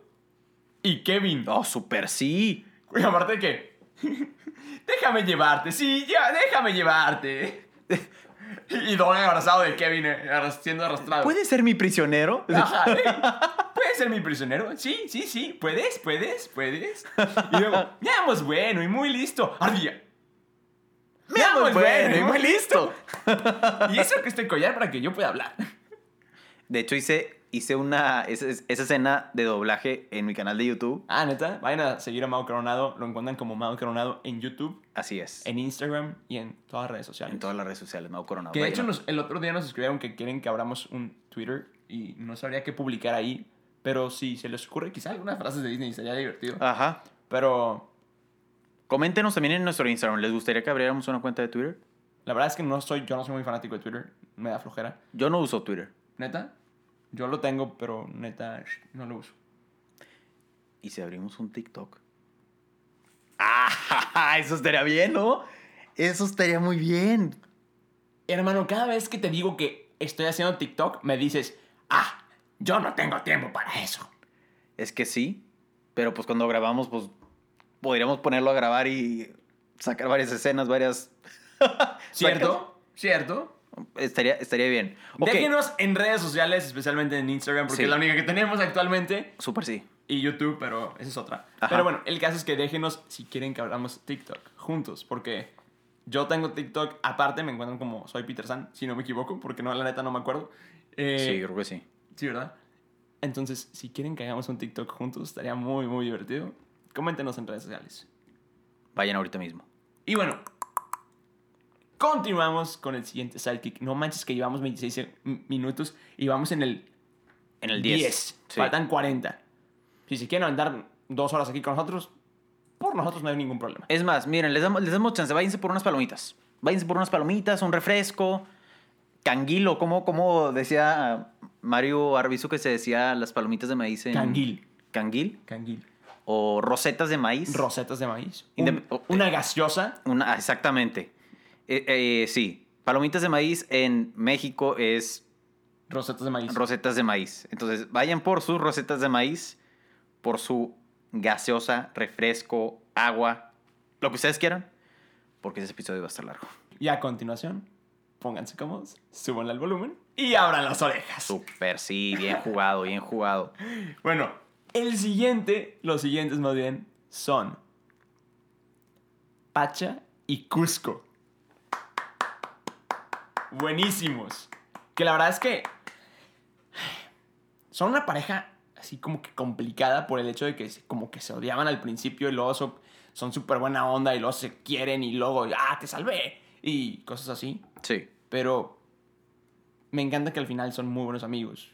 [SPEAKER 3] y Kevin.
[SPEAKER 1] Oh, súper sí.
[SPEAKER 3] Y aparte de que. déjame llevarte, sí, ya, déjame llevarte. y y Dog abrazado de Kevin, eh, arras- siendo arrastrado.
[SPEAKER 1] ¿Puedes ser mi prisionero?
[SPEAKER 3] Ajá, eh, ¿Puedes ser mi prisionero? Sí, sí, sí. ¿Puedes? ¿Puedes? ¿Puedes? Y luego, veamos bueno y muy listo. Ardilla.
[SPEAKER 1] Veamos, bueno, y muy listo.
[SPEAKER 3] Y eso que este collar para que yo pueda hablar.
[SPEAKER 1] De hecho, hice, hice una, esa, esa escena de doblaje en mi canal de YouTube.
[SPEAKER 3] Ah, neta, vayan a seguir a Mau Coronado. Lo encuentran como Mau Coronado en YouTube,
[SPEAKER 1] Así es. En,
[SPEAKER 3] en Instagram y en todas las redes sociales.
[SPEAKER 1] todas las redes sociales, Mau Coronado.
[SPEAKER 3] que de hecho
[SPEAKER 1] Vayan a-
[SPEAKER 3] nos- el otro día nos escribieron que quieren que abramos un Twitter y no sabría qué publicar ahí. Pero si se les ocurre quizá algunas frases de Disney, sería divertido.
[SPEAKER 1] Ajá.
[SPEAKER 3] Pero
[SPEAKER 1] Coméntenos también en nuestro Instagram. ¿Les gustaría que abriéramos una cuenta de Twitter?
[SPEAKER 3] la verdad es que no soy, yo no soy muy fanático de Twitter. Me da flojera.
[SPEAKER 1] Yo no uso Twitter.
[SPEAKER 3] ¿Neta? Yo lo tengo, pero neta, sh, no lo uso.
[SPEAKER 1] ¿Y si abrimos un TikTok? ¡Ah! Eso estaría bien, ¿no? Eso estaría muy bien.
[SPEAKER 3] Hermano, cada vez que te digo que estoy haciendo TikTok, me dices, ah, yo no tengo tiempo para eso.
[SPEAKER 1] Es que sí, pero pues cuando grabamos, pues podríamos ponerlo a grabar y sacar varias escenas, varias...
[SPEAKER 3] ¿Cierto? ¿Cierto?
[SPEAKER 1] Estaría, estaría bien. Ok,
[SPEAKER 3] Déjenos en redes sociales, especialmente en Instagram, porque
[SPEAKER 1] Sí.
[SPEAKER 3] es la única que tenemos actualmente.
[SPEAKER 1] súper sí.
[SPEAKER 3] Y YouTube, pero esa es otra.
[SPEAKER 1] Ajá.
[SPEAKER 3] Pero bueno, el caso es que déjenos si quieren que hablamos TikTok juntos, porque yo tengo TikTok aparte, me encuentran como soy Peter San, si no me equivoco, porque no, la neta no me acuerdo. Eh,
[SPEAKER 1] sí, creo que sí.
[SPEAKER 3] Sí, ¿verdad? Entonces, si quieren que hagamos un TikTok juntos, estaría muy, muy divertido. Coméntenos en redes sociales.
[SPEAKER 1] Vayan ahorita mismo.
[SPEAKER 3] Y bueno, continuamos con el siguiente sidekick. No manches que llevamos 26 se- m- minutos y vamos en el
[SPEAKER 1] En el 10. Sí.
[SPEAKER 3] Faltan 40. Si se quieren andar dos horas aquí con nosotros, por nosotros no hay ningún problema.
[SPEAKER 1] Es más, miren, les damos, les damos chance. Váyanse por unas palomitas. Váyanse por unas palomitas, un refresco. Canguilo, ¿cómo, cómo decía Mario Arbizu que se decía las palomitas de maíz en.
[SPEAKER 3] Canguil.
[SPEAKER 1] Canguil.
[SPEAKER 3] Canguil.
[SPEAKER 1] O rosetas de maíz.
[SPEAKER 3] Rosetas de maíz.
[SPEAKER 1] Indem-
[SPEAKER 3] Un- una gaseosa.
[SPEAKER 1] Una- ah, exactamente. Eh, eh, sí. Palomitas de maíz en México es
[SPEAKER 3] Rosetas de maíz.
[SPEAKER 1] rosetas de maíz. Entonces, vayan por sus rosetas de maíz, por su gaseosa, refresco, agua, lo que ustedes quieran, porque ese episodio va a estar largo.
[SPEAKER 3] y a continuación, pónganse cómodos, suban al volumen y abran las orejas.
[SPEAKER 1] Súper, sí, bien jugado, bien jugado.
[SPEAKER 3] Bueno, el siguiente, los siguientes más bien, son Pacha y Cusco. Buenísimos. Que la verdad es que son una pareja así como que complicada por el hecho de que se- como que se odiaban al principio y luego so- son súper buena onda y luego se quieren y luego, ah, te salvé. Y cosas así.
[SPEAKER 1] Sí.
[SPEAKER 3] Pero me encanta que al final son muy buenos amigos.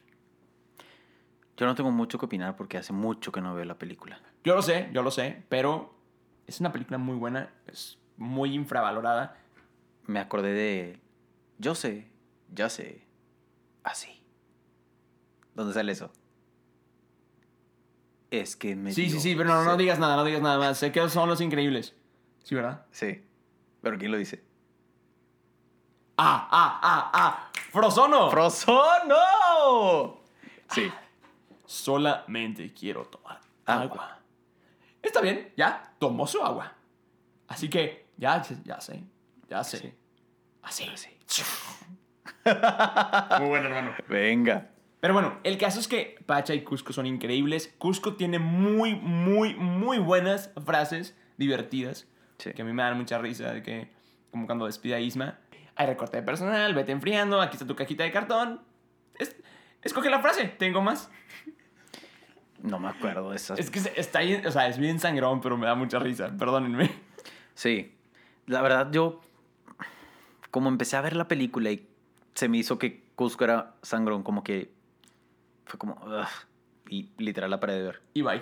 [SPEAKER 1] Yo no tengo mucho que opinar porque hace mucho que no veo la película.
[SPEAKER 3] Yo lo sé, yo lo sé, pero es una película muy buena, es muy infravalorada.
[SPEAKER 1] Me acordé de. Yo sé, ya sé. Así. ¿Dónde sale eso? Es que me.
[SPEAKER 3] Sí,
[SPEAKER 1] dio
[SPEAKER 3] sí, sí, pero no, no
[SPEAKER 1] sed.
[SPEAKER 3] digas nada, no digas nada más. Sé que son los increíbles. Sí, ¿verdad?
[SPEAKER 1] Sí. Pero ¿quién lo dice?
[SPEAKER 3] Ah, ah, ah, ah. Frozono.
[SPEAKER 1] ¡Frozono! Sí.
[SPEAKER 3] Ah, Solamente quiero tomar agua.
[SPEAKER 1] Agua.
[SPEAKER 3] Está bien, ya tomó su agua. Así que ya, ya sé, ya sé. Así. Muy bueno, hermano.
[SPEAKER 1] Venga.
[SPEAKER 3] Pero bueno, el caso es que Pacha y Cusco son increíbles. Cusco tiene muy, muy, muy buenas frases divertidas.
[SPEAKER 1] Sí.
[SPEAKER 3] Que a mí me dan mucha risa de que, como cuando despide a Isma, hay recorte de personal, vete enfriando, aquí está tu cajita de cartón. Es- escoge la frase, tengo más.
[SPEAKER 1] No me acuerdo de esas.
[SPEAKER 3] Es que se- está bien, o sea, es bien sangrón, pero me da mucha risa, perdónenme.
[SPEAKER 1] Sí. La verdad, yo. Como empecé a ver la película y se me hizo que Cusco era sangrón, como que. Fue como. "Ugh", y literal la paré de ver.
[SPEAKER 3] Y bye.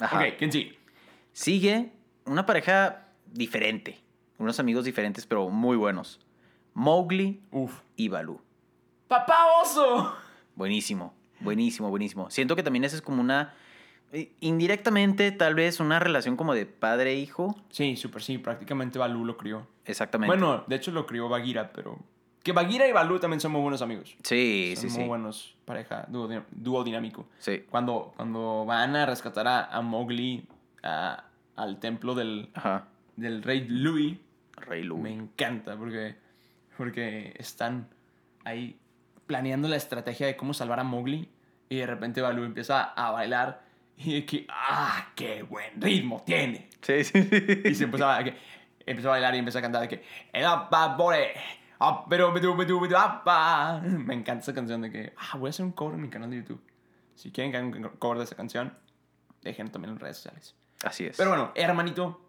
[SPEAKER 1] Ajá.
[SPEAKER 3] Ok, ¿quién sigue?
[SPEAKER 1] Sigue una pareja diferente. Unos amigos diferentes, pero muy buenos. Mowgli
[SPEAKER 3] Uf.
[SPEAKER 1] y Baloo.
[SPEAKER 3] ¡Papá oso!
[SPEAKER 1] Buenísimo, buenísimo, buenísimo. Siento que también esa es como una. eh, Indirectamente, tal vez una relación como de e padre-hijo.
[SPEAKER 3] Sí, súper sí, prácticamente Balú lo crió.
[SPEAKER 1] Exactamente.
[SPEAKER 3] Bueno, de hecho lo crió Bagheera, pero... Que Bagheera y Balú también son muy buenos amigos.
[SPEAKER 1] sí,
[SPEAKER 3] son
[SPEAKER 1] sí,
[SPEAKER 3] muy
[SPEAKER 1] sí.
[SPEAKER 3] buenos pareja, dúo, dinam- dúo dinámico.
[SPEAKER 1] Sí,
[SPEAKER 3] Cuando, cuando van a rescatar a, a Mowgli a- al templo del,
[SPEAKER 1] ajá.
[SPEAKER 3] del rey Louis,
[SPEAKER 1] Rey Lu.
[SPEAKER 3] me encanta porque, porque están ahí planeando la estrategia de cómo salvar a Mowgli y de repente Balú empieza a bailar y de que, ¡ah, qué buen ritmo tiene!
[SPEAKER 1] Sí, sí,
[SPEAKER 3] Y
[SPEAKER 1] sí.
[SPEAKER 3] se empezó a, que, empezó a bailar y empezó a cantar de que "El apa, bore, ah, pero, pero, pero, pero, apa". Me encanta esa canción de que ah, voy a hacer un cover en mi canal de YouTube. Si quieren que haga un cover de esa canción, déjenlo también en redes sociales.
[SPEAKER 1] Así es.
[SPEAKER 3] Pero bueno, hermanito,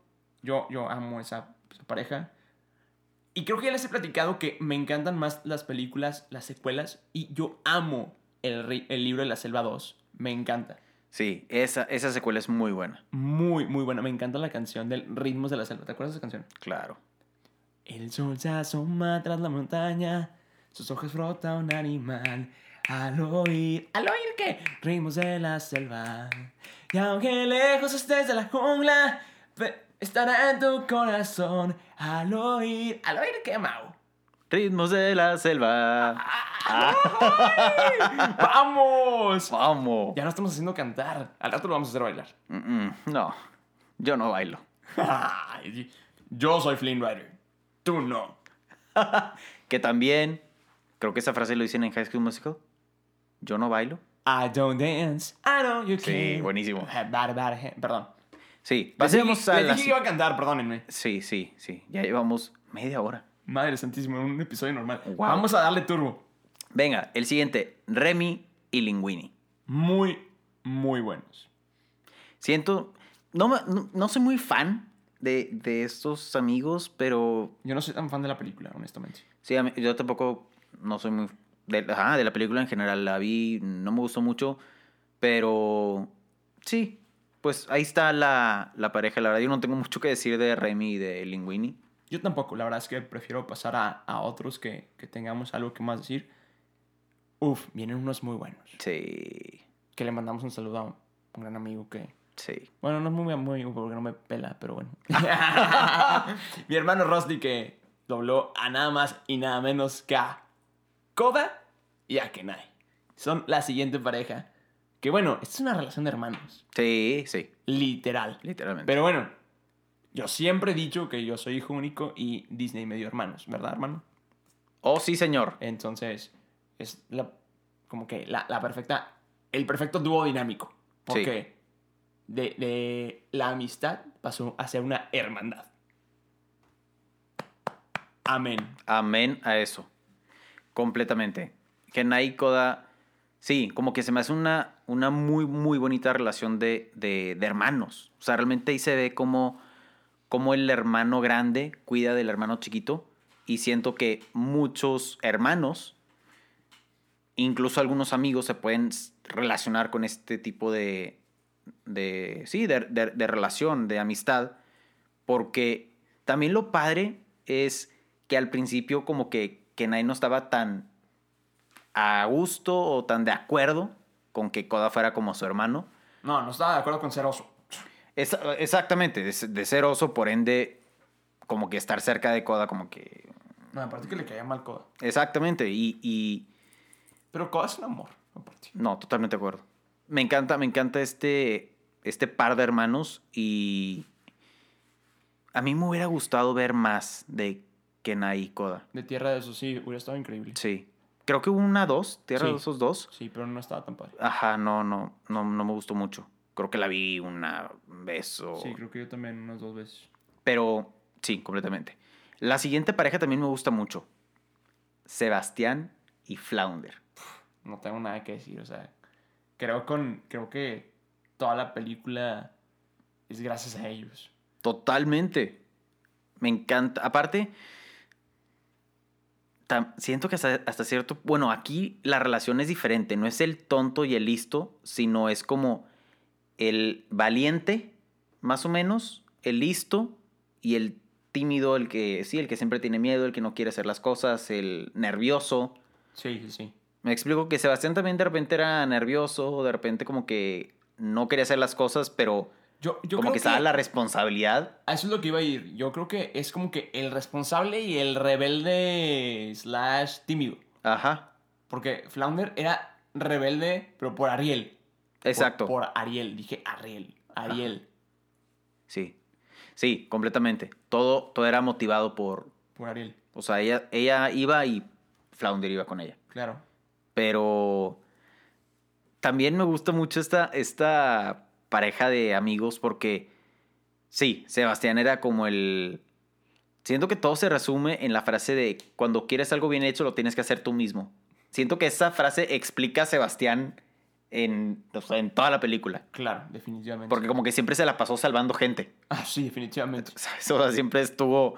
[SPEAKER 3] yo, yo amo esa, esa pareja. Y creo que ya les he platicado que me encantan más las películas, las secuelas, y yo amo el, ri- el libro de la selva 2. Me encanta.
[SPEAKER 1] Sí, esa, esa secuela es muy buena.
[SPEAKER 3] Muy, muy buena. Me encanta la canción del Ritmos de la Selva. ¿Te acuerdas de esa canción?
[SPEAKER 1] Claro.
[SPEAKER 3] El sol se asoma tras la montaña, sus ojos frota un animal. Al oír, ¿al oír qué? Ritmos de la selva. Y aunque lejos estés de la jungla, pe- estará en tu corazón. Al oír, ¿al oír qué, Mau?
[SPEAKER 1] Ritmos de la selva.
[SPEAKER 3] Ah. ¡Vamos!
[SPEAKER 1] Vamos.
[SPEAKER 3] Ya no estamos haciendo cantar. Al rato lo vamos a hacer bailar.
[SPEAKER 1] Mm, mm, No, yo no bailo.
[SPEAKER 3] Ay, Yo soy Flynn Rider. Tú no.
[SPEAKER 1] Que también, creo que esa frase lo dicen en High School Musical. Yo no bailo.
[SPEAKER 3] I don't dance. I know you
[SPEAKER 1] Sí,
[SPEAKER 3] can.
[SPEAKER 1] buenísimo.
[SPEAKER 3] Bad, bad, eh, Perdón.
[SPEAKER 1] Sí,
[SPEAKER 3] Les
[SPEAKER 1] pasemos
[SPEAKER 3] dije-
[SPEAKER 1] a
[SPEAKER 3] les
[SPEAKER 1] la...
[SPEAKER 3] dije que iba a cantar, perdónenme.
[SPEAKER 1] Sí, sí, sí. Ya llevamos media hora.
[SPEAKER 3] Madre santísima, un episodio normal.
[SPEAKER 1] Wow.
[SPEAKER 3] Vamos a darle turbo.
[SPEAKER 1] Venga, el siguiente, Remy y Linguini.
[SPEAKER 3] Muy, muy buenos.
[SPEAKER 1] Siento, no, me- no, no soy muy fan de, de estos amigos, pero
[SPEAKER 3] Yo no soy tan fan de la película, honestamente.
[SPEAKER 1] sí, a mí- yo tampoco no soy muy... De, ajá, de la película en general, la vi, no me gustó mucho, pero sí, pues ahí está la, la pareja. La verdad, yo no tengo mucho que decir de Remy y de Linguini.
[SPEAKER 3] Yo tampoco, la verdad es que prefiero pasar a, a otros que, que tengamos algo que más decir. Uf, vienen unos muy buenos.
[SPEAKER 1] Sí,
[SPEAKER 3] Que le mandamos un saludo a un, un gran amigo que...
[SPEAKER 1] sí.
[SPEAKER 3] Bueno, no es muy muy amigo porque no me pela, pero bueno. Mi hermano Rosny que dobló a nada más y nada menos que a Koba y a Kenai. Son la siguiente pareja. Que bueno, esta es una relación de hermanos.
[SPEAKER 1] Sí, sí,
[SPEAKER 3] Literal.
[SPEAKER 1] literalmente.
[SPEAKER 3] Pero bueno, yo siempre he dicho que yo soy hijo único y Disney me dio hermanos, ¿verdad, hermano?
[SPEAKER 1] oh, sí, señor.
[SPEAKER 3] Entonces, es la, como que la, la perfecta, el perfecto dúo dinámico. Porque de, de la amistad pasó a ser una hermandad. Amén.
[SPEAKER 1] Amén a eso. Completamente. Kenai Koda, sí, como que se me hace una, una muy, muy bonita relación de, de- de hermanos. O sea, realmente ahí se ve como, como el hermano grande cuida del hermano chiquito. Y siento que muchos hermanos, incluso algunos amigos, se pueden s- relacionar con este tipo de, de sí, de- de- de relación, de amistad porque también lo padre es que al principio como que Kenai no estaba tan a gusto o tan de acuerdo con que Koda fuera como su hermano.
[SPEAKER 3] No, no estaba de acuerdo con ser oso.
[SPEAKER 1] Es- exactamente, de, de ser oso, por ende, como que estar cerca de Koda, como que...
[SPEAKER 3] No, aparte que le caía mal Coda.
[SPEAKER 1] Exactamente, y, y-
[SPEAKER 3] Pero Coda es un amor, aparte.
[SPEAKER 1] No, totalmente de acuerdo. Me encanta, me encanta este, este par de hermanos y... A mí me hubiera gustado ver más de Kenai y Koda.
[SPEAKER 3] De Tierra de Osos, sí, hubiera estado increíble.
[SPEAKER 1] Sí. Creo que hubo una, dos, Tierra
[SPEAKER 3] Sí.
[SPEAKER 1] de esos dos.
[SPEAKER 3] Sí, pero no estaba tan padre.
[SPEAKER 1] Ajá, no, no, no, no me gustó mucho. Creo que la vi una vez o...
[SPEAKER 3] Sí, creo que yo también unas dos veces.
[SPEAKER 1] Pero sí, completamente. La siguiente pareja también me gusta mucho. Sebastián y Flounder.
[SPEAKER 3] no tengo nada que decir, o sea, creo con creo que toda la película es gracias a ellos.
[SPEAKER 1] Totalmente. Me encanta. Aparte, tam- siento que hasta, hasta cierto... Bueno, aquí la relación es diferente. No es el tonto y el listo, sino es como el valiente, más o menos, el listo y el tímido, el que sí, el que siempre tiene miedo, el que no quiere hacer las cosas, el nervioso.
[SPEAKER 3] Sí, sí, sí.
[SPEAKER 1] Me explico que Sebastián también de repente era nervioso, de repente como que no quería hacer las cosas, pero
[SPEAKER 3] Yo, yo
[SPEAKER 1] como
[SPEAKER 3] creo
[SPEAKER 1] que estaba la responsabilidad.
[SPEAKER 3] a Eso es lo que iba a ir. Yo creo que es como que el responsable y el rebelde slash tímido.
[SPEAKER 1] Ajá.
[SPEAKER 3] Porque Flounder era rebelde, pero por Ariel. Por-
[SPEAKER 1] Exacto.
[SPEAKER 3] Por, Ariel, dije Ariel. Ariel.
[SPEAKER 1] Sí. Sí, completamente. Todo, todo era motivado por.
[SPEAKER 3] Por Ariel,
[SPEAKER 1] O sea, ella, ella iba y Flounder iba con ella.
[SPEAKER 3] claro.
[SPEAKER 1] Pero también me gusta mucho esta, esta pareja de amigos porque. Sí, Sebastián era como el. Siento que todo se resume en la frase de cuando quieres algo bien hecho lo tienes que hacer tú mismo. Siento que esa frase explica a Sebastián en, o sea, en toda la película.
[SPEAKER 3] Claro, definitivamente.
[SPEAKER 1] Porque como que siempre se la pasó salvando gente.
[SPEAKER 3] Ah, sí, definitivamente.
[SPEAKER 1] ¿sabes? O sea, siempre estuvo.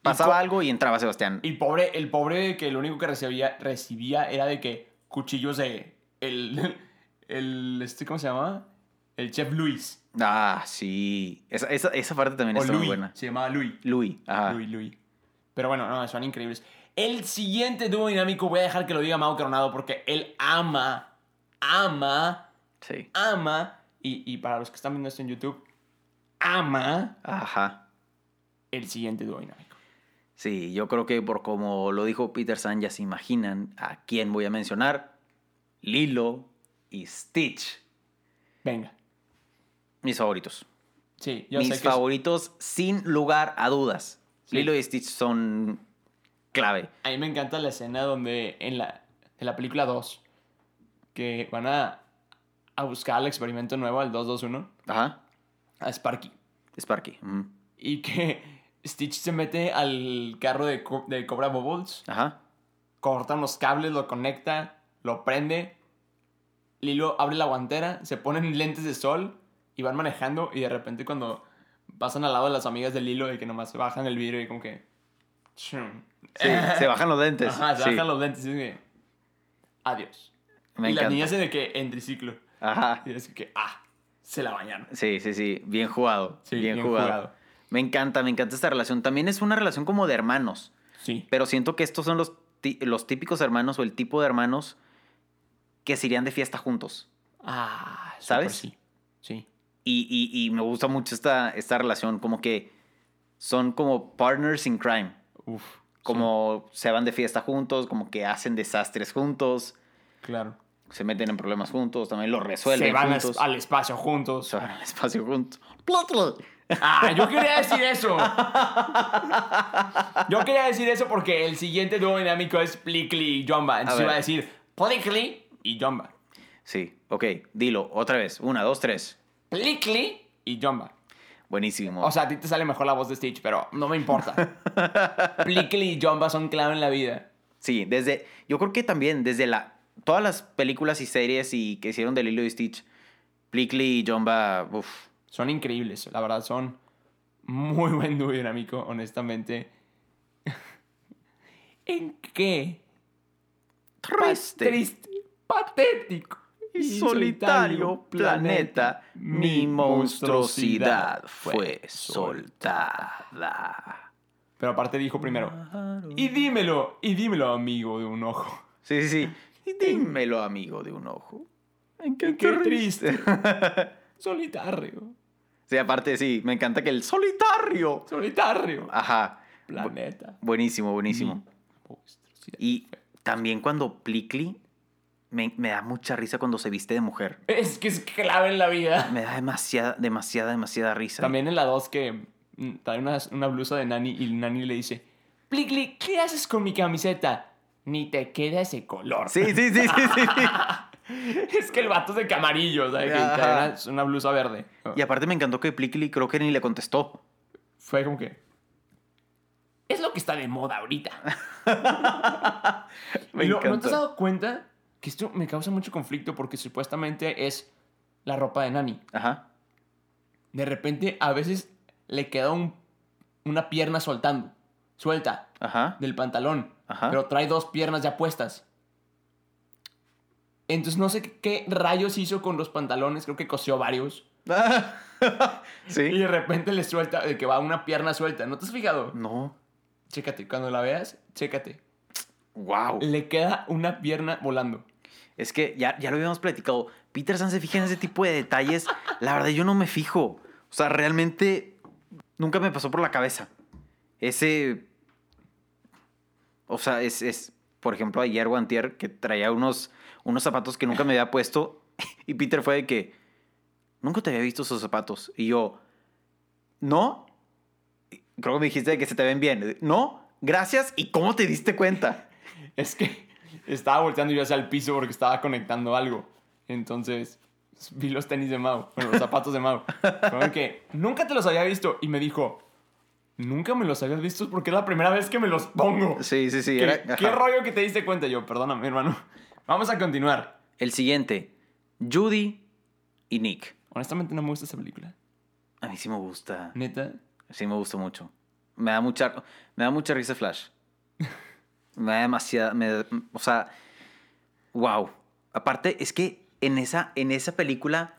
[SPEAKER 1] Pasaba
[SPEAKER 3] co-
[SPEAKER 1] algo y entraba Sebastián.
[SPEAKER 3] Y pobre, el pobre que lo único que recibía, recibía era de que cuchillos de el, el este cómo se llama el chef Luis
[SPEAKER 1] Ah, sí. Esa, esa, esa parte también
[SPEAKER 3] o
[SPEAKER 1] está muy
[SPEAKER 3] Louis
[SPEAKER 1] buena. Ah.
[SPEAKER 3] se llamaba Louis
[SPEAKER 1] Louis, ajá.
[SPEAKER 3] Louis Louis pero bueno no son increíbles el siguiente dúo dinámico voy a dejar que lo diga Mau Coronado porque él ama ama
[SPEAKER 1] Sí.
[SPEAKER 3] ama y, y para los que están viendo esto en YouTube ama
[SPEAKER 1] Ajá.
[SPEAKER 3] el siguiente dúo dinámico
[SPEAKER 1] Sí, yo creo que por como lo dijo Peter San, ya se imaginan a quién voy a mencionar. Lilo y Stitch.
[SPEAKER 3] venga
[SPEAKER 1] Mis favoritos.
[SPEAKER 3] sí yo
[SPEAKER 1] Mis
[SPEAKER 3] sé que es-
[SPEAKER 1] favoritos, sin lugar a dudas.
[SPEAKER 3] Sí.
[SPEAKER 1] Lilo y Stitch son clave.
[SPEAKER 3] A mí me encanta la escena donde en la, en la película 2, que van a, a buscar el experimento nuevo, al 221,
[SPEAKER 1] Ajá.
[SPEAKER 3] a Sparky.
[SPEAKER 1] Sparky. ujú.
[SPEAKER 3] Y que Stitch se mete al carro de, Co- de Cobra Bubbles,
[SPEAKER 1] Ajá.
[SPEAKER 3] cortan los cables, lo conecta, lo prende, Lilo abre la guantera, se ponen lentes de sol y van manejando y de repente cuando pasan al lado de las amigas de Lilo y que nomás se bajan el vidrio y como que... chum.
[SPEAKER 1] Sí, se bajan los dentes.
[SPEAKER 3] Ajá, se
[SPEAKER 1] sí.
[SPEAKER 3] bajan los lentes y es que, Adiós.
[SPEAKER 1] Me
[SPEAKER 3] y
[SPEAKER 1] encanta.
[SPEAKER 3] las niñas en el que en triciclo.
[SPEAKER 1] Ajá.
[SPEAKER 3] Y es que, ah, se la bañaron.
[SPEAKER 1] Sí, sí, sí. Bien jugado.
[SPEAKER 3] Sí,
[SPEAKER 1] bien, jugado. Me encanta, me encanta esta relación. También es una relación como de hermanos.
[SPEAKER 3] Sí.
[SPEAKER 1] Pero siento que estos son los, ti- los típicos hermanos o el tipo de hermanos que se irían de fiesta juntos.
[SPEAKER 3] Ah, súper
[SPEAKER 1] ¿Sabes?
[SPEAKER 3] Sí. Sí.
[SPEAKER 1] Y, y- y me gusta mucho esta, esta relación, como que son como partners in crime.
[SPEAKER 3] Uf.
[SPEAKER 1] Como se van de fiesta juntos, como que hacen desastres juntos,
[SPEAKER 3] sí, claro.
[SPEAKER 1] se meten en problemas juntos, también los resuelven
[SPEAKER 3] Se van a-
[SPEAKER 1] juntos.
[SPEAKER 3] al espacio juntos.
[SPEAKER 1] Se van al espacio juntos.
[SPEAKER 3] Ah, yo quería decir eso. Yo quería decir eso porque el siguiente dúo dinámico es Plickly y Jumba. Entonces
[SPEAKER 1] ver.
[SPEAKER 3] iba a decir Plickly y Jumba.
[SPEAKER 1] Sí, ok, dilo otra vez. Una, dos, tres.
[SPEAKER 3] Plickly y Jumba.
[SPEAKER 1] Buenísimo.
[SPEAKER 3] O sea, a ti te sale mejor la voz de Stitch, pero no me importa. Plickly y Jumba son clave en la vida.
[SPEAKER 1] Sí, desde. Yo creo que también desde la. Todas las películas y series y que hicieron de Lilo y Stitch, Plickly y Jumba, uff.
[SPEAKER 3] Son increíbles, la verdad, son muy buen dúo dinámico, honestamente. ¿En qué?
[SPEAKER 1] Triste.
[SPEAKER 3] Triste, patético
[SPEAKER 1] Y solitario planeta, mi monstruosidad fue soltada.
[SPEAKER 3] Pero aparte dijo primero, y dímelo, y dímelo, amigo de un ojo.
[SPEAKER 1] Sí, sí, sí. Y Dímelo, amigo de un ojo.
[SPEAKER 3] ¿En qué, triste? solitario,
[SPEAKER 1] Sí, aparte, sí, me encanta que el solitario.
[SPEAKER 3] solitario
[SPEAKER 1] Ajá.
[SPEAKER 3] planeta.
[SPEAKER 1] Buenísimo, buenísimo.
[SPEAKER 3] mi monstruosidad.
[SPEAKER 1] Y también cuando Plickly. Me, me da mucha risa cuando se viste de mujer.
[SPEAKER 3] Es que es clave en la vida.
[SPEAKER 1] Me da demasiada, demasiada, demasiada risa.
[SPEAKER 3] También en la 2 que mm, trae una, una blusa de Nani y Nani le dice, Plickly, ¿qué haces con mi camiseta? Ni te queda ese color.
[SPEAKER 1] Sí, sí, sí, sí, sí. sí.
[SPEAKER 3] es que el vato es de camarillo, ¿sabes? Que
[SPEAKER 1] Ajá.
[SPEAKER 3] trae una, una blusa verde.
[SPEAKER 1] Y aparte me encantó que Plickly creo que ni le contestó.
[SPEAKER 3] Fue como que... Es lo que está de moda ahorita.
[SPEAKER 1] Me
[SPEAKER 3] Y lo- ¿No te
[SPEAKER 1] encanta.
[SPEAKER 3] has dado cuenta que esto me causa mucho conflicto porque supuestamente es la ropa de Nani?
[SPEAKER 1] Ajá.
[SPEAKER 3] De repente a veces le queda un- una pierna soltando, suelta,
[SPEAKER 1] Ajá.
[SPEAKER 3] del pantalón.
[SPEAKER 1] Ajá.
[SPEAKER 3] Pero trae dos piernas ya puestas. Entonces no sé qué rayos hizo con los pantalones, creo que cosió varios. Y
[SPEAKER 1] sí.
[SPEAKER 3] de repente le suelta, de que va una pierna suelta. ¿No te has fijado?
[SPEAKER 1] No.
[SPEAKER 3] Chécate, cuando la veas, chécate.
[SPEAKER 1] Wow.
[SPEAKER 3] Le queda una pierna volando.
[SPEAKER 1] Es que ya, ya lo habíamos platicado. Peter San se fija en ese tipo de detalles. La verdad, yo no me fijo. O sea, realmente nunca me pasó por la cabeza. Ese. O sea, es. es por ejemplo, ayer o antier que traía unos, unos zapatos que nunca me había puesto. Y Peter fue de que. Nunca te había visto esos zapatos. Y yo. No. Creo que me dijiste que se te ven bien. No, gracias. ¿Y cómo te diste cuenta?
[SPEAKER 3] Es que estaba volteando yo hacia el piso porque estaba conectando algo. Entonces vi los tenis de Mau, bueno, los zapatos de Mau. Fueron que nunca te los había visto. Y me dijo, nunca me los habías visto porque es la primera vez que me los pongo.
[SPEAKER 1] Sí, sí, sí.
[SPEAKER 3] ¿Qué,
[SPEAKER 1] era-
[SPEAKER 3] qué
[SPEAKER 1] ajá.
[SPEAKER 3] rollo que te diste cuenta yo? Perdóname, hermano. Vamos a continuar.
[SPEAKER 1] El siguiente, Judy y Nick.
[SPEAKER 3] Honestamente no me gusta esa película.
[SPEAKER 1] A mí sí me gusta.
[SPEAKER 3] Neta.
[SPEAKER 1] Sí me gusta mucho. Me da mucha, me da mucha risa Flash. Me da demasiada, me da- o sea, wow. Aparte es que en esa, en esa película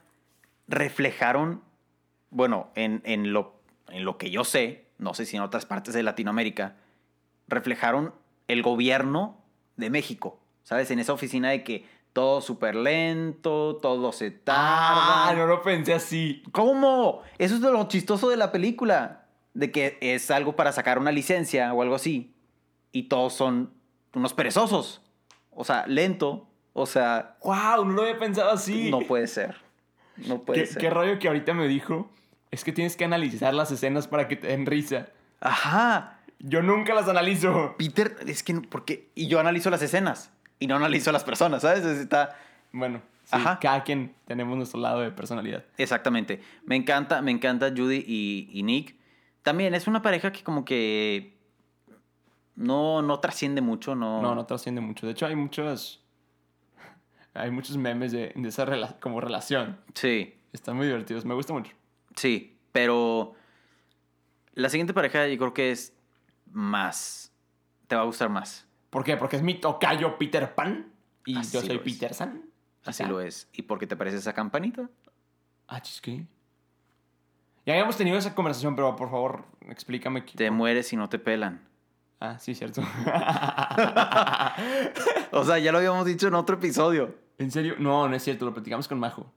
[SPEAKER 1] reflejaron, bueno, en, en lo, en lo que yo sé, no sé si en otras partes de Latinoamérica, reflejaron el gobierno de México, ¿sabes? En esa oficina de que todo súper lento, todo se tarda.
[SPEAKER 3] Ah, no lo pensé así.
[SPEAKER 1] ¿Cómo? Eso es de lo chistoso de la película. De que es algo para sacar una licencia o algo así. Y todos son unos perezosos. O sea, lento. O sea,
[SPEAKER 3] Wow, no lo había pensado así.
[SPEAKER 1] no puede ser. No puede
[SPEAKER 3] ¿Qué,
[SPEAKER 1] ser.
[SPEAKER 3] qué rollo que ahorita me dijo? Es que tienes que analizar las escenas para que te den risa.
[SPEAKER 1] Ajá.
[SPEAKER 3] Yo nunca las analizo.
[SPEAKER 1] Peter, es que no- porque y yo analizo las escenas y no analizo a las personas, ¿sabes? Es- Está
[SPEAKER 3] Bueno, sí,
[SPEAKER 1] Ajá.
[SPEAKER 3] cada quien tenemos nuestro lado de personalidad.
[SPEAKER 1] exactamente. Me encanta, me encanta Judy y, y Nick. También es una pareja que como que no no trasciende mucho, no.
[SPEAKER 3] No, no trasciende mucho. De hecho, hay muchos. Hay muchos memes de, de esa rela- como relación.
[SPEAKER 1] Sí.
[SPEAKER 3] Están muy divertidos. Me gusta mucho.
[SPEAKER 1] Sí, pero la siguiente pareja yo creo que es más. Te va a gustar más.
[SPEAKER 3] ¿Por qué? Porque es mi tocayo Peter Pan. Y
[SPEAKER 1] Así
[SPEAKER 3] yo
[SPEAKER 1] lo
[SPEAKER 3] soy
[SPEAKER 1] es.
[SPEAKER 3] Peter San.
[SPEAKER 1] Así lo es. ¿Y por qué te parece esa campanita?
[SPEAKER 3] Ah, chis, ¿qué? Ya habíamos tenido esa conversación, pero por favor, explícame. qué-
[SPEAKER 1] Te mueres si no te pelan.
[SPEAKER 3] Ah, sí, cierto.
[SPEAKER 1] O sea, ya lo habíamos dicho en otro episodio.
[SPEAKER 3] ¿En serio? No, no es cierto, lo platicamos con Majo.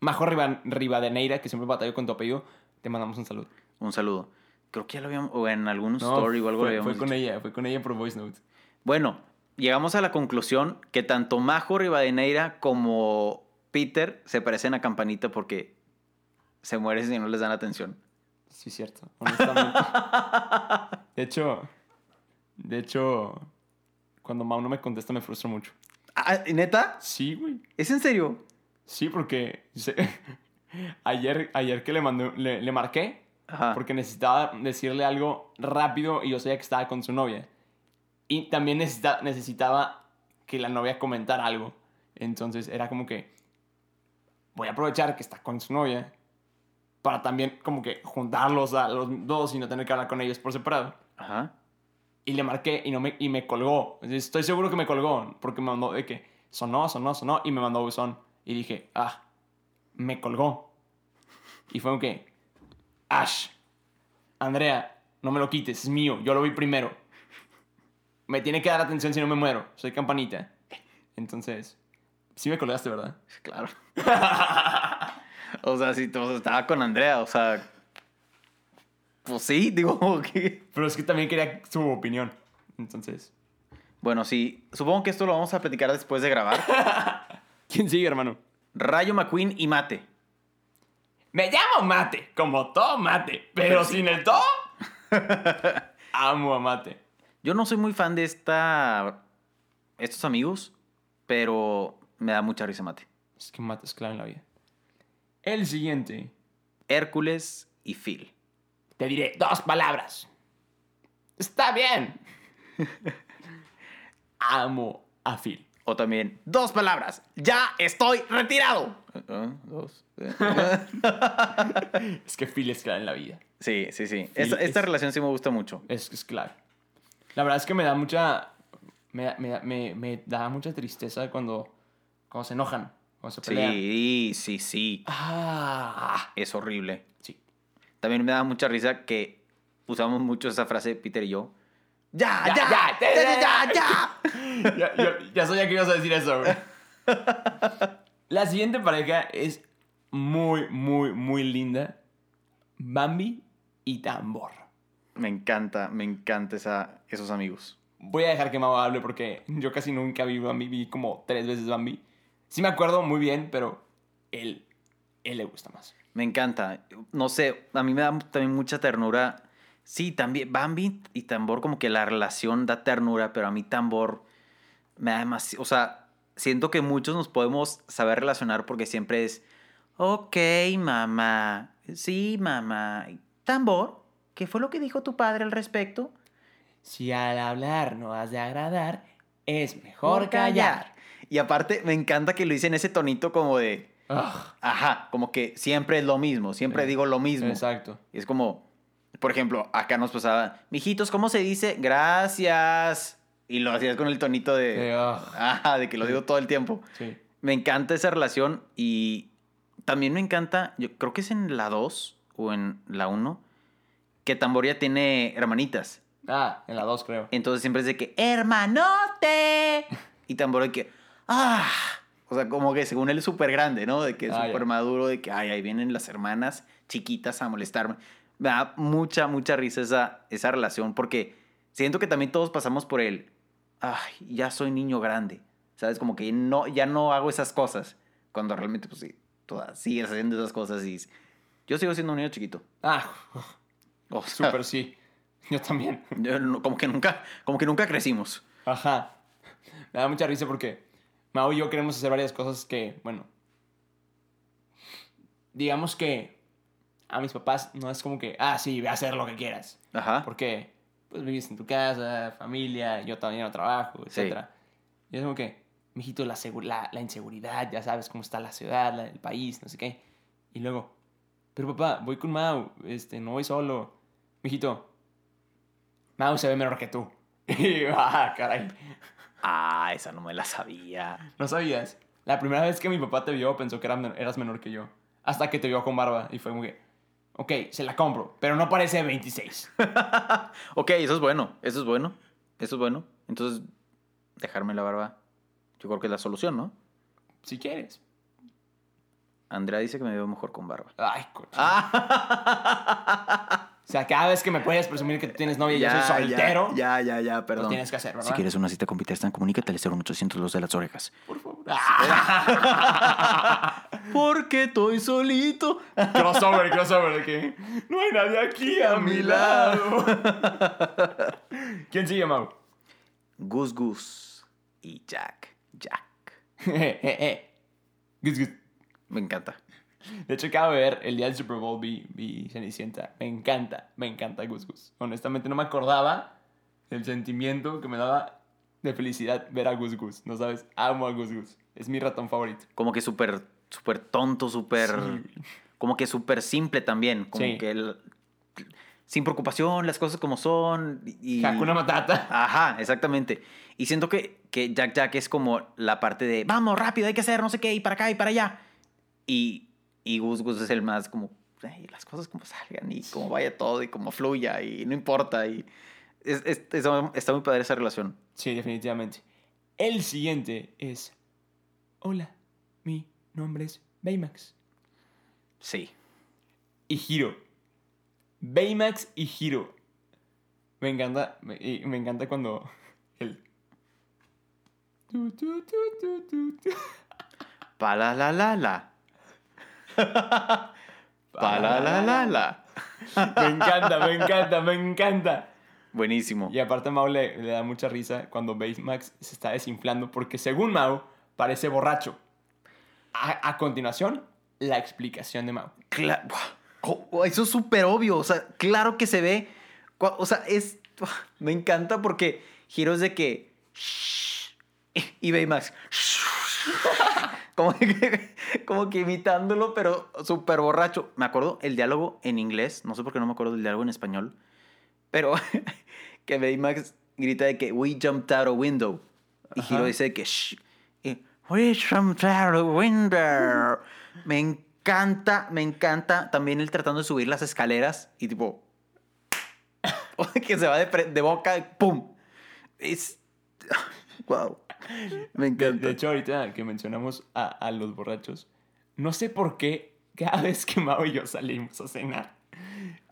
[SPEAKER 3] Majo Riva- Rivadeneira, que siempre batalló con tu apellido, te mandamos un saludo.
[SPEAKER 1] Un saludo. Creo que ya lo habíamos, o en algún
[SPEAKER 3] No,
[SPEAKER 1] story o algo lo
[SPEAKER 3] fue,
[SPEAKER 1] habíamos
[SPEAKER 3] fue con
[SPEAKER 1] dicho.
[SPEAKER 3] ella, fue con ella por voice note.
[SPEAKER 1] Bueno, llegamos a la conclusión que tanto Majo Rivadeneira como Peter se parecen a Campanita porque se mueren si no les dan atención.
[SPEAKER 3] Sí, cierto, honestamente. de hecho, de hecho, cuando Mau no me contesta me frustro mucho.
[SPEAKER 1] Ah, ¿Neta?
[SPEAKER 3] Sí, güey.
[SPEAKER 1] ¿Es en serio?
[SPEAKER 3] Sí, porque se- ayer, ayer que le, mandé, le, le marqué,
[SPEAKER 1] Ajá.
[SPEAKER 3] porque necesitaba decirle algo rápido y yo sabía que estaba con su novia. Y también necesita- necesitaba que la novia comentara algo. Entonces era como que voy a aprovechar que está con su novia para también como que juntarlos a los dos y no tener que hablar con ellos por separado.
[SPEAKER 1] Ajá.
[SPEAKER 3] Y le marqué y, no me, y me colgó. Estoy seguro que me colgó porque me mandó de que sonó, sonó, sonó y me mandó buzón. Y dije, ah, me colgó. Y fue un que, Ash, Andrea, no me lo quites, es mío, yo lo vi primero. Me tiene que dar atención si no me muero, soy campanita. Entonces, sí me colgaste, ¿verdad?
[SPEAKER 1] Claro. o sea, si o sea, estaba con Andrea, o sea. Pues sí, digo, que.
[SPEAKER 3] Pero es que también quería su opinión. Entonces,
[SPEAKER 1] Bueno, sí, supongo que esto lo vamos a platicar después de grabar.
[SPEAKER 3] ¿quién sigue, hermano?
[SPEAKER 1] Rayo McQueen y Mate.
[SPEAKER 3] Me llamo Mate, como todo Mate, pero sin el todo. Amo a Mate.
[SPEAKER 1] Yo no soy muy fan de esta. estos amigos, pero me da mucha risa Mate.
[SPEAKER 3] Es que Mate es clave en la vida. El siguiente.
[SPEAKER 1] Hércules y Phil.
[SPEAKER 3] Te diré dos palabras. Está bien. Amo a Phil.
[SPEAKER 1] O también, dos palabras. Ya estoy retirado. dos.
[SPEAKER 3] Es que Phil es clave en la vida.
[SPEAKER 1] Sí, sí, sí. Esta, esta
[SPEAKER 3] es-
[SPEAKER 1] relación sí me gusta mucho.
[SPEAKER 3] Es que es clave. La verdad es que me da mucha. Me, da- me, da- me, me da mucha tristeza cuando, cuando se enojan. Cuando se pelean.
[SPEAKER 1] Sí, sí, sí.
[SPEAKER 3] Ah,
[SPEAKER 1] Es horrible.
[SPEAKER 3] sí.
[SPEAKER 1] También me da mucha risa que usamos mucho esa frase, Peter y yo. ¡Ya,
[SPEAKER 3] Ya,
[SPEAKER 1] ya, ya,
[SPEAKER 3] ya,
[SPEAKER 1] ya, ya,
[SPEAKER 3] ya,
[SPEAKER 1] ya!
[SPEAKER 3] ya, yo- ya sabía que ibas a decir eso, güey. La siguiente pareja es muy, muy, muy linda. Bambi y Tambor.
[SPEAKER 1] Me encanta, me encanta esa, esos amigos.
[SPEAKER 3] Voy a dejar que Mau hable porque yo casi nunca vi Bambi. Vi como tres veces Bambi. Sí me acuerdo muy bien, pero él, él le gusta más.
[SPEAKER 1] Me encanta. No sé, a mí me da también mucha ternura. Sí, también Bambi y Tambor, como que la relación da ternura, pero a mí Tambor me da más. O sea, siento que muchos nos podemos saber relacionar porque siempre es, ok, mamá, sí, mamá. Tambor, ¿qué fue lo que dijo tu padre al respecto?
[SPEAKER 3] Si al hablar no has de agradar, es
[SPEAKER 1] Por callar. Y aparte, me encanta que lo dicen ese tonito como de,
[SPEAKER 3] Ugh,
[SPEAKER 1] ajá, como que siempre es lo mismo, siempre
[SPEAKER 3] Sí,
[SPEAKER 1] digo lo mismo.
[SPEAKER 3] exacto.
[SPEAKER 1] Y es como, por ejemplo, acá nos pasaba, mijitos, ¿cómo se dice? Gracias. Y lo hacías con el tonito de,
[SPEAKER 3] Eh, ugh,
[SPEAKER 1] ajá, de que lo digo todo el tiempo.
[SPEAKER 3] sí.
[SPEAKER 1] Me encanta esa relación y también me encanta, yo creo que es en la 2 o en la 1, que Tamboria tiene hermanitas.
[SPEAKER 3] Ah, en la dos creo.
[SPEAKER 1] Entonces siempre es de que, hermanote. Y tambor de que, ah. O sea, como que según él es súper grande, ¿no? De que es
[SPEAKER 3] Ah, ya.
[SPEAKER 1] súper maduro, de que, ay, ahí vienen las hermanas chiquitas a molestarme. Me da mucha, mucha risa esa, esa relación porque siento que también todos pasamos por el, ay, ya soy niño grande. ¿Sabes? Como que no, ya no hago esas cosas. Cuando realmente, pues sí, todas sigues haciendo esas cosas y yo sigo siendo un niño chiquito.
[SPEAKER 3] Ah,
[SPEAKER 1] O sea,
[SPEAKER 3] súper sí. Yo también.
[SPEAKER 1] yo no- como que nunca, como que nunca crecimos.
[SPEAKER 3] Ajá. Me da mucha risa porque Mao y yo queremos hacer varias cosas que, bueno. Digamos que a mis papás no es como que, ah, sí, ve a hacer lo que quieras.
[SPEAKER 1] Ajá.
[SPEAKER 3] Porque pues vives en tu casa, familia, yo también no trabajo,
[SPEAKER 1] Sí.
[SPEAKER 3] etc. Y es como que, mijito, la, segu- la, la inseguridad, ya sabes cómo está la ciudad, la- el país, no sé qué. Y luego, pero papá, voy con Mau, este, no voy solo. Mijito, Mau se ve menor que tú. Y yo, ah, caray.
[SPEAKER 1] Ah, esa no me la sabía.
[SPEAKER 3] No sabías. La primera vez que mi papá te vio pensó que era men- eras menor que yo. Hasta que te vio con barba y fue como que, ok, ok, se la compro, pero no parece de 26.
[SPEAKER 1] Ok, eso es bueno, eso es bueno, eso es bueno. Entonces, dejarme la barba, yo creo que es la solución, ¿no?
[SPEAKER 3] si quieres.
[SPEAKER 1] Andrea dice que me veo mejor con barba.
[SPEAKER 3] Ay, coche. O sea, cada vez que me puedes presumir que tú tienes novia y yo soy soltero,
[SPEAKER 1] Ah. Ya, ya, ya, perdón.
[SPEAKER 3] lo tienes que hacer, ¿verdad?
[SPEAKER 1] Si quieres una cita con Peter Stan, comunícate al 0800 Los de las Orejas.
[SPEAKER 3] Por favor. Ah,
[SPEAKER 1] Porque estoy solito.
[SPEAKER 3] crossover, crossover, de que no hay nadie aquí a mi lado. ¿Quién sigue, Mau?
[SPEAKER 1] Gus Gus y Jack. Jack.
[SPEAKER 3] Eh, eh, eh. Gus, gus.
[SPEAKER 1] Me encanta.
[SPEAKER 3] De hecho, acabo de ver el día del Super Bowl vi, vi Cenicienta. Me encanta, me encanta Gus Gus. Honestamente, no me acordaba del sentimiento que me daba de felicidad ver a Gus Gus. No sabes, amo a Gus Gus. Es mi ratón favorito.
[SPEAKER 1] Como que súper, súper tonto, súper... Como que súper simple también. Como
[SPEAKER 3] Sí.
[SPEAKER 1] que... el- sin preocupación, las cosas como son. Y,
[SPEAKER 3] Hakuna Matata.
[SPEAKER 1] Ajá, exactamente. Y siento que, que Jack Jack es como la parte de, vamos, rápido, hay que hacer, no sé qué, y para acá y para allá. Y, y Gus Gus es el más como, "Ey, las cosas como salgan y como vaya todo y como fluya y no importa. Y es- es- está- está muy padre esa relación.
[SPEAKER 3] Sí, definitivamente. El siguiente es... Hola, mi nombre es Baymax.
[SPEAKER 1] Sí.
[SPEAKER 3] y Hiro. Baymax y Hiro. Me encanta, me, y me encanta cuando el... Tu, tu, tu, tu, tu, tu.
[SPEAKER 1] Pa la la la la. Pa la la la la.
[SPEAKER 3] Me encanta, me encanta, me encanta.
[SPEAKER 1] Buenísimo.
[SPEAKER 3] Y aparte a Mau le, le da mucha risa cuando Baymax se está desinflando porque según Mau parece borracho. A, a continuación, la explicación de Mau.
[SPEAKER 1] Cla- Buah. Co- oh, Eso es súper obvio. O sea, claro que se ve. Cua- O sea, es. Buah, Me encanta porque giros de que. "Shh", Y Baymax. Como que, como que imitándolo, pero súper borracho. Me acuerdo el diálogo en inglés. No sé por qué no me acuerdo del diálogo en español. Pero que Baymax grita de que we jumped out a window. Y Hiro dice de que shh. Y, we jumped out a window. Me encanta, me encanta también el tratando de subir las escaleras y tipo. que se va de, pre- de boca y pum. Es. Wow. Me
[SPEAKER 3] De,
[SPEAKER 1] encanta.
[SPEAKER 3] de hecho, ahorita que mencionamos a, a los borrachos, no sé por qué cada vez que Mau y yo salimos a cenar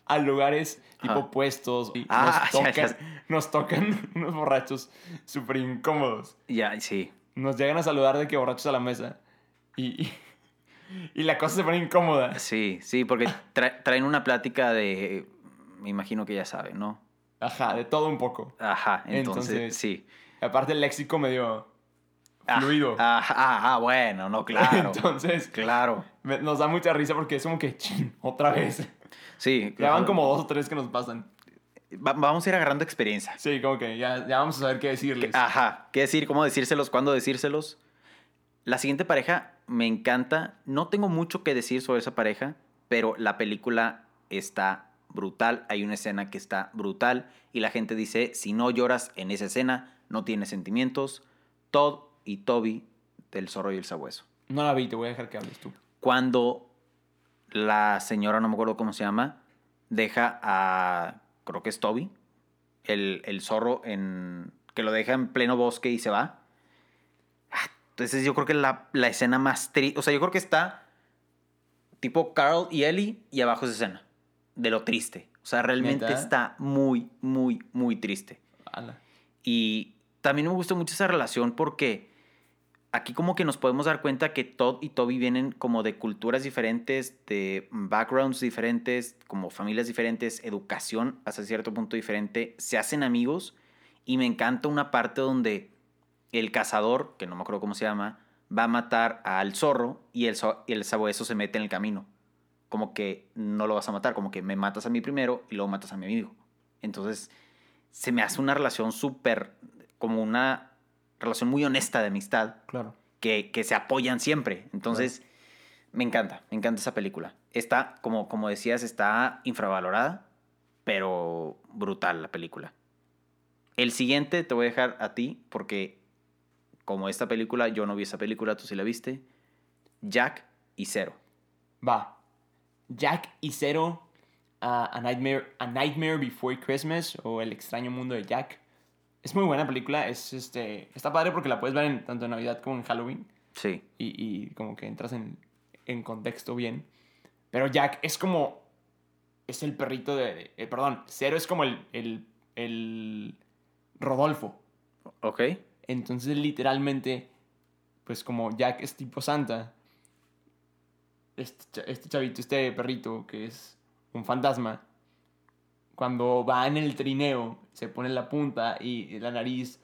[SPEAKER 3] a lugares tipo
[SPEAKER 1] Ajá.
[SPEAKER 3] puestos, y
[SPEAKER 1] Ah,
[SPEAKER 3] nos,
[SPEAKER 1] ya,
[SPEAKER 3] tocan,
[SPEAKER 1] ya.
[SPEAKER 3] nos tocan unos borrachos súper incómodos.
[SPEAKER 1] Ya, sí.
[SPEAKER 3] Nos llegan a saludar de que borrachos a la mesa y, y, y la cosa se pone incómoda.
[SPEAKER 1] Sí, sí, porque tra- traen una plática de. Me imagino que ya saben, ¿no?
[SPEAKER 3] Ajá, de todo un poco.
[SPEAKER 1] Ajá, entonces
[SPEAKER 3] Entonces,
[SPEAKER 1] sí.
[SPEAKER 3] Aparte, el léxico medio
[SPEAKER 1] Ah,
[SPEAKER 3] fluido.
[SPEAKER 1] Ajá, ajá, bueno, no, claro.
[SPEAKER 3] Entonces,
[SPEAKER 1] Claro.
[SPEAKER 3] me- nos da mucha risa porque es como que, chin, otra vez.
[SPEAKER 1] Sí.
[SPEAKER 3] Ya van como dos o tres que nos pasan.
[SPEAKER 1] Va- vamos a ir agarrando experiencia.
[SPEAKER 3] Sí, como que ya, ya vamos a saber qué decirles.
[SPEAKER 1] Ajá. ¿Qué decir? ¿Cómo decírselos? ¿Cuándo decírselos? La siguiente pareja me encanta. No tengo mucho que decir sobre esa pareja, pero la película está brutal. Hay una escena que está brutal y la gente dice, si no lloras en esa escena, no tienes sentimientos. Todd y Toby del zorro y el sabueso.
[SPEAKER 3] No la vi, te voy a dejar que hables tú.
[SPEAKER 1] cuando la señora, no me acuerdo cómo se llama, deja a, creo que es Toby, el, el zorro, en, que lo deja en pleno bosque y se va. Ah, Entonces yo creo que la, la escena más triste, o sea, yo creo que está tipo Carl y Ellie y abajo esa escena, de lo triste. O sea, realmente
[SPEAKER 3] ¿Neta?
[SPEAKER 1] está muy, muy, muy triste.
[SPEAKER 3] Ala.
[SPEAKER 1] Y también me gusta mucho esa relación porque aquí como que nos podemos dar cuenta que Todd y Toby vienen como de culturas diferentes, de backgrounds diferentes, como familias diferentes, educación hasta cierto punto diferente, se hacen amigos y me encanta una parte donde el cazador, que no me acuerdo cómo se llama, va a matar al zorro y el, zo- y el sabueso se mete en el camino. Como que no lo vas a matar, como que me matas a mí primero y luego matas a mi amigo. Entonces se me hace una relación súper, como una relación muy honesta de amistad
[SPEAKER 3] Claro.
[SPEAKER 1] que, que se apoyan siempre. Entonces, me encanta, me encanta esa película. Está, como, como decías, está infravalorada, pero brutal la película. El siguiente te voy a dejar a ti, porque como esta película, yo no vi esa película, tú sí la viste. Jack y Cero.
[SPEAKER 3] Va. Jack y Cero a, a Nightmare, a Nightmare Before Christmas o El extraño mundo de Jack. Es muy buena película, es este, está padre porque la puedes ver en, tanto en Navidad como en Halloween
[SPEAKER 1] Sí.
[SPEAKER 3] y, y como que entras en, en contexto bien. Pero Jack es como. Es el perrito de. de- eh, perdón, Cero es como el, el, el Rodolfo.
[SPEAKER 1] Ok.
[SPEAKER 3] Entonces, literalmente, pues como Jack es tipo Santa, este, cha- este chavito, este perrito que es un fantasma, cuando va en el trineo, se pone en la punta y la nariz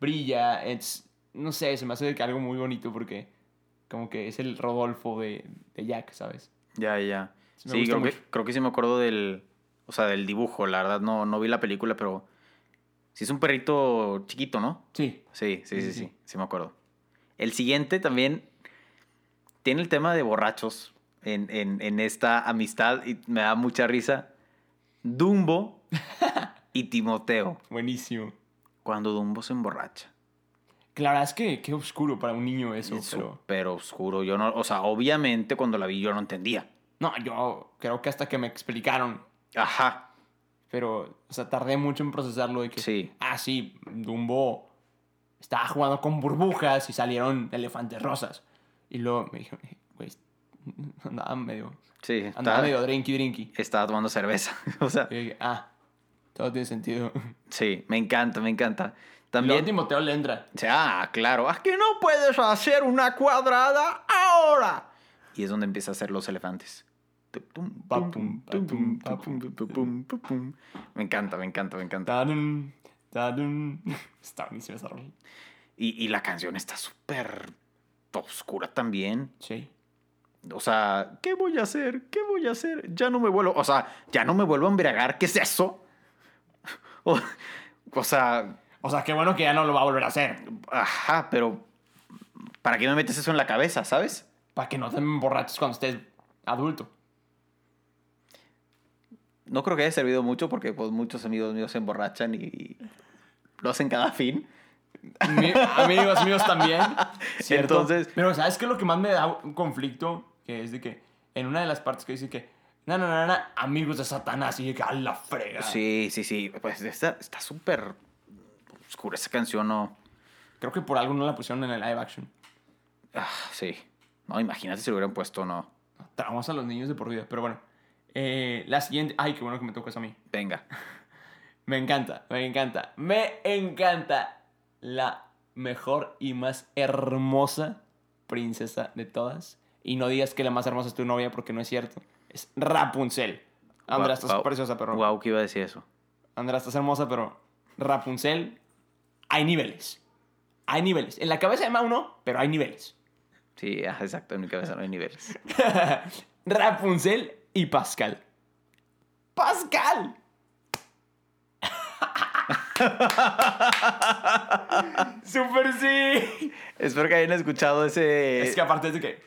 [SPEAKER 3] brilla. es- no sé, se me hace que algo muy bonito porque como que es el Rodolfo de, de Jack, ¿sabes?
[SPEAKER 1] Ya, ya.
[SPEAKER 3] Me
[SPEAKER 1] Sí,
[SPEAKER 3] gusta
[SPEAKER 1] creo que,
[SPEAKER 3] mucho.
[SPEAKER 1] creo que sí me acuerdo del. O sea, del dibujo. La verdad, no, no vi la película, pero. Sí, es un perrito chiquito, ¿no?
[SPEAKER 3] Sí.
[SPEAKER 1] Sí, sí, sí,
[SPEAKER 3] Sí,
[SPEAKER 1] sí,
[SPEAKER 3] sí.
[SPEAKER 1] sí, me acuerdo. El siguiente también tiene el tema de borrachos en, en- en esta amistad y me da mucha risa. Dumbo y Timoteo,
[SPEAKER 3] Buenísimo.
[SPEAKER 1] cuando Dumbo se emborracha.
[SPEAKER 3] Claro, es que qué oscuro para un niño eso,
[SPEAKER 1] Es
[SPEAKER 3] pero...
[SPEAKER 1] súper oscuro. Yo no, o sea, obviamente cuando la vi yo no entendía.
[SPEAKER 3] No, yo creo que hasta que me explicaron
[SPEAKER 1] Ajá,
[SPEAKER 3] Pero, o sea, tardé mucho en procesarlo de que...
[SPEAKER 1] Sí.
[SPEAKER 3] Ah, sí, Dumbo estaba jugando con burbujas y salieron elefantes rosas. Y luego me dijeron, güey, andaba medio...
[SPEAKER 1] sí.
[SPEAKER 3] Andaba
[SPEAKER 1] Estaba,
[SPEAKER 3] medio drinky drinky.
[SPEAKER 1] estaba tomando cerveza. O sea,
[SPEAKER 3] Y yo dije, ah, todo tiene sentido.
[SPEAKER 1] sí, me encanta, me encanta.
[SPEAKER 3] También
[SPEAKER 1] También...
[SPEAKER 3] Timoteo le entra.
[SPEAKER 1] O sea, ah, claro, es que no puedes hacer una cuadrada ahora. Y es donde empieza a hacer los elefantes.
[SPEAKER 3] Papum, papum, papum,
[SPEAKER 1] Me encanta, me encanta, me encanta.
[SPEAKER 3] Tadun, tadun. Está buenísimo esa rola.
[SPEAKER 1] Y, y la canción está súper oscura también.
[SPEAKER 3] Sí.
[SPEAKER 1] O sea, ¿qué voy a hacer? ¿Qué voy a hacer? Ya no me vuelvo, o sea, ya no me vuelvo a embriagar. ¿Qué es eso? O, o sea,
[SPEAKER 3] O sea, qué bueno que ya no lo va a volver a hacer.
[SPEAKER 1] ajá, pero ¿para qué me metes eso en la cabeza, sabes?
[SPEAKER 3] Para que no te emborraches cuando estés adulto.
[SPEAKER 1] No creo que haya servido mucho porque pues, muchos amigos míos se emborrachan y lo hacen cada fin.
[SPEAKER 3] Mi- amigos míos también. ¿cierto?
[SPEAKER 1] Entonces-
[SPEAKER 3] Pero ¿sabes qué? es Lo que más me da un conflicto que es de que en una de las partes que dice que, na, na, na, na, amigos de Satanás, y de que a la frega.
[SPEAKER 1] Sí, sí, sí. Pues está está súper oscura esa canción, ¿no?
[SPEAKER 3] Creo que por algo no la pusieron en el live action.
[SPEAKER 1] Ah, sí. No, imagínate si lo hubieran puesto, no.
[SPEAKER 3] Traumas a los niños de por vida, pero bueno. Eh, la siguiente. Ay, qué bueno que me tocó eso a mí.
[SPEAKER 1] Venga.
[SPEAKER 3] Me encanta, me encanta, me encanta la mejor y más hermosa princesa de todas. Y no digas que la más hermosa es tu novia porque no es cierto. Es Rapunzel. Andra,
[SPEAKER 1] Guau,
[SPEAKER 3] estás
[SPEAKER 1] guau.
[SPEAKER 3] preciosa, pero...
[SPEAKER 1] Wow, que iba a decir eso.
[SPEAKER 3] Andra, estás hermosa, pero... Rapunzel, hay niveles. Hay niveles. En la cabeza de Mauno, pero hay niveles.
[SPEAKER 1] Sí, ah, exacto, en mi cabeza no hay niveles.
[SPEAKER 3] Rapunzel y Pascal. ¡Pascal! ¡Super sí!
[SPEAKER 1] Espero que hayan escuchado ese.
[SPEAKER 3] Es que aparte es de que.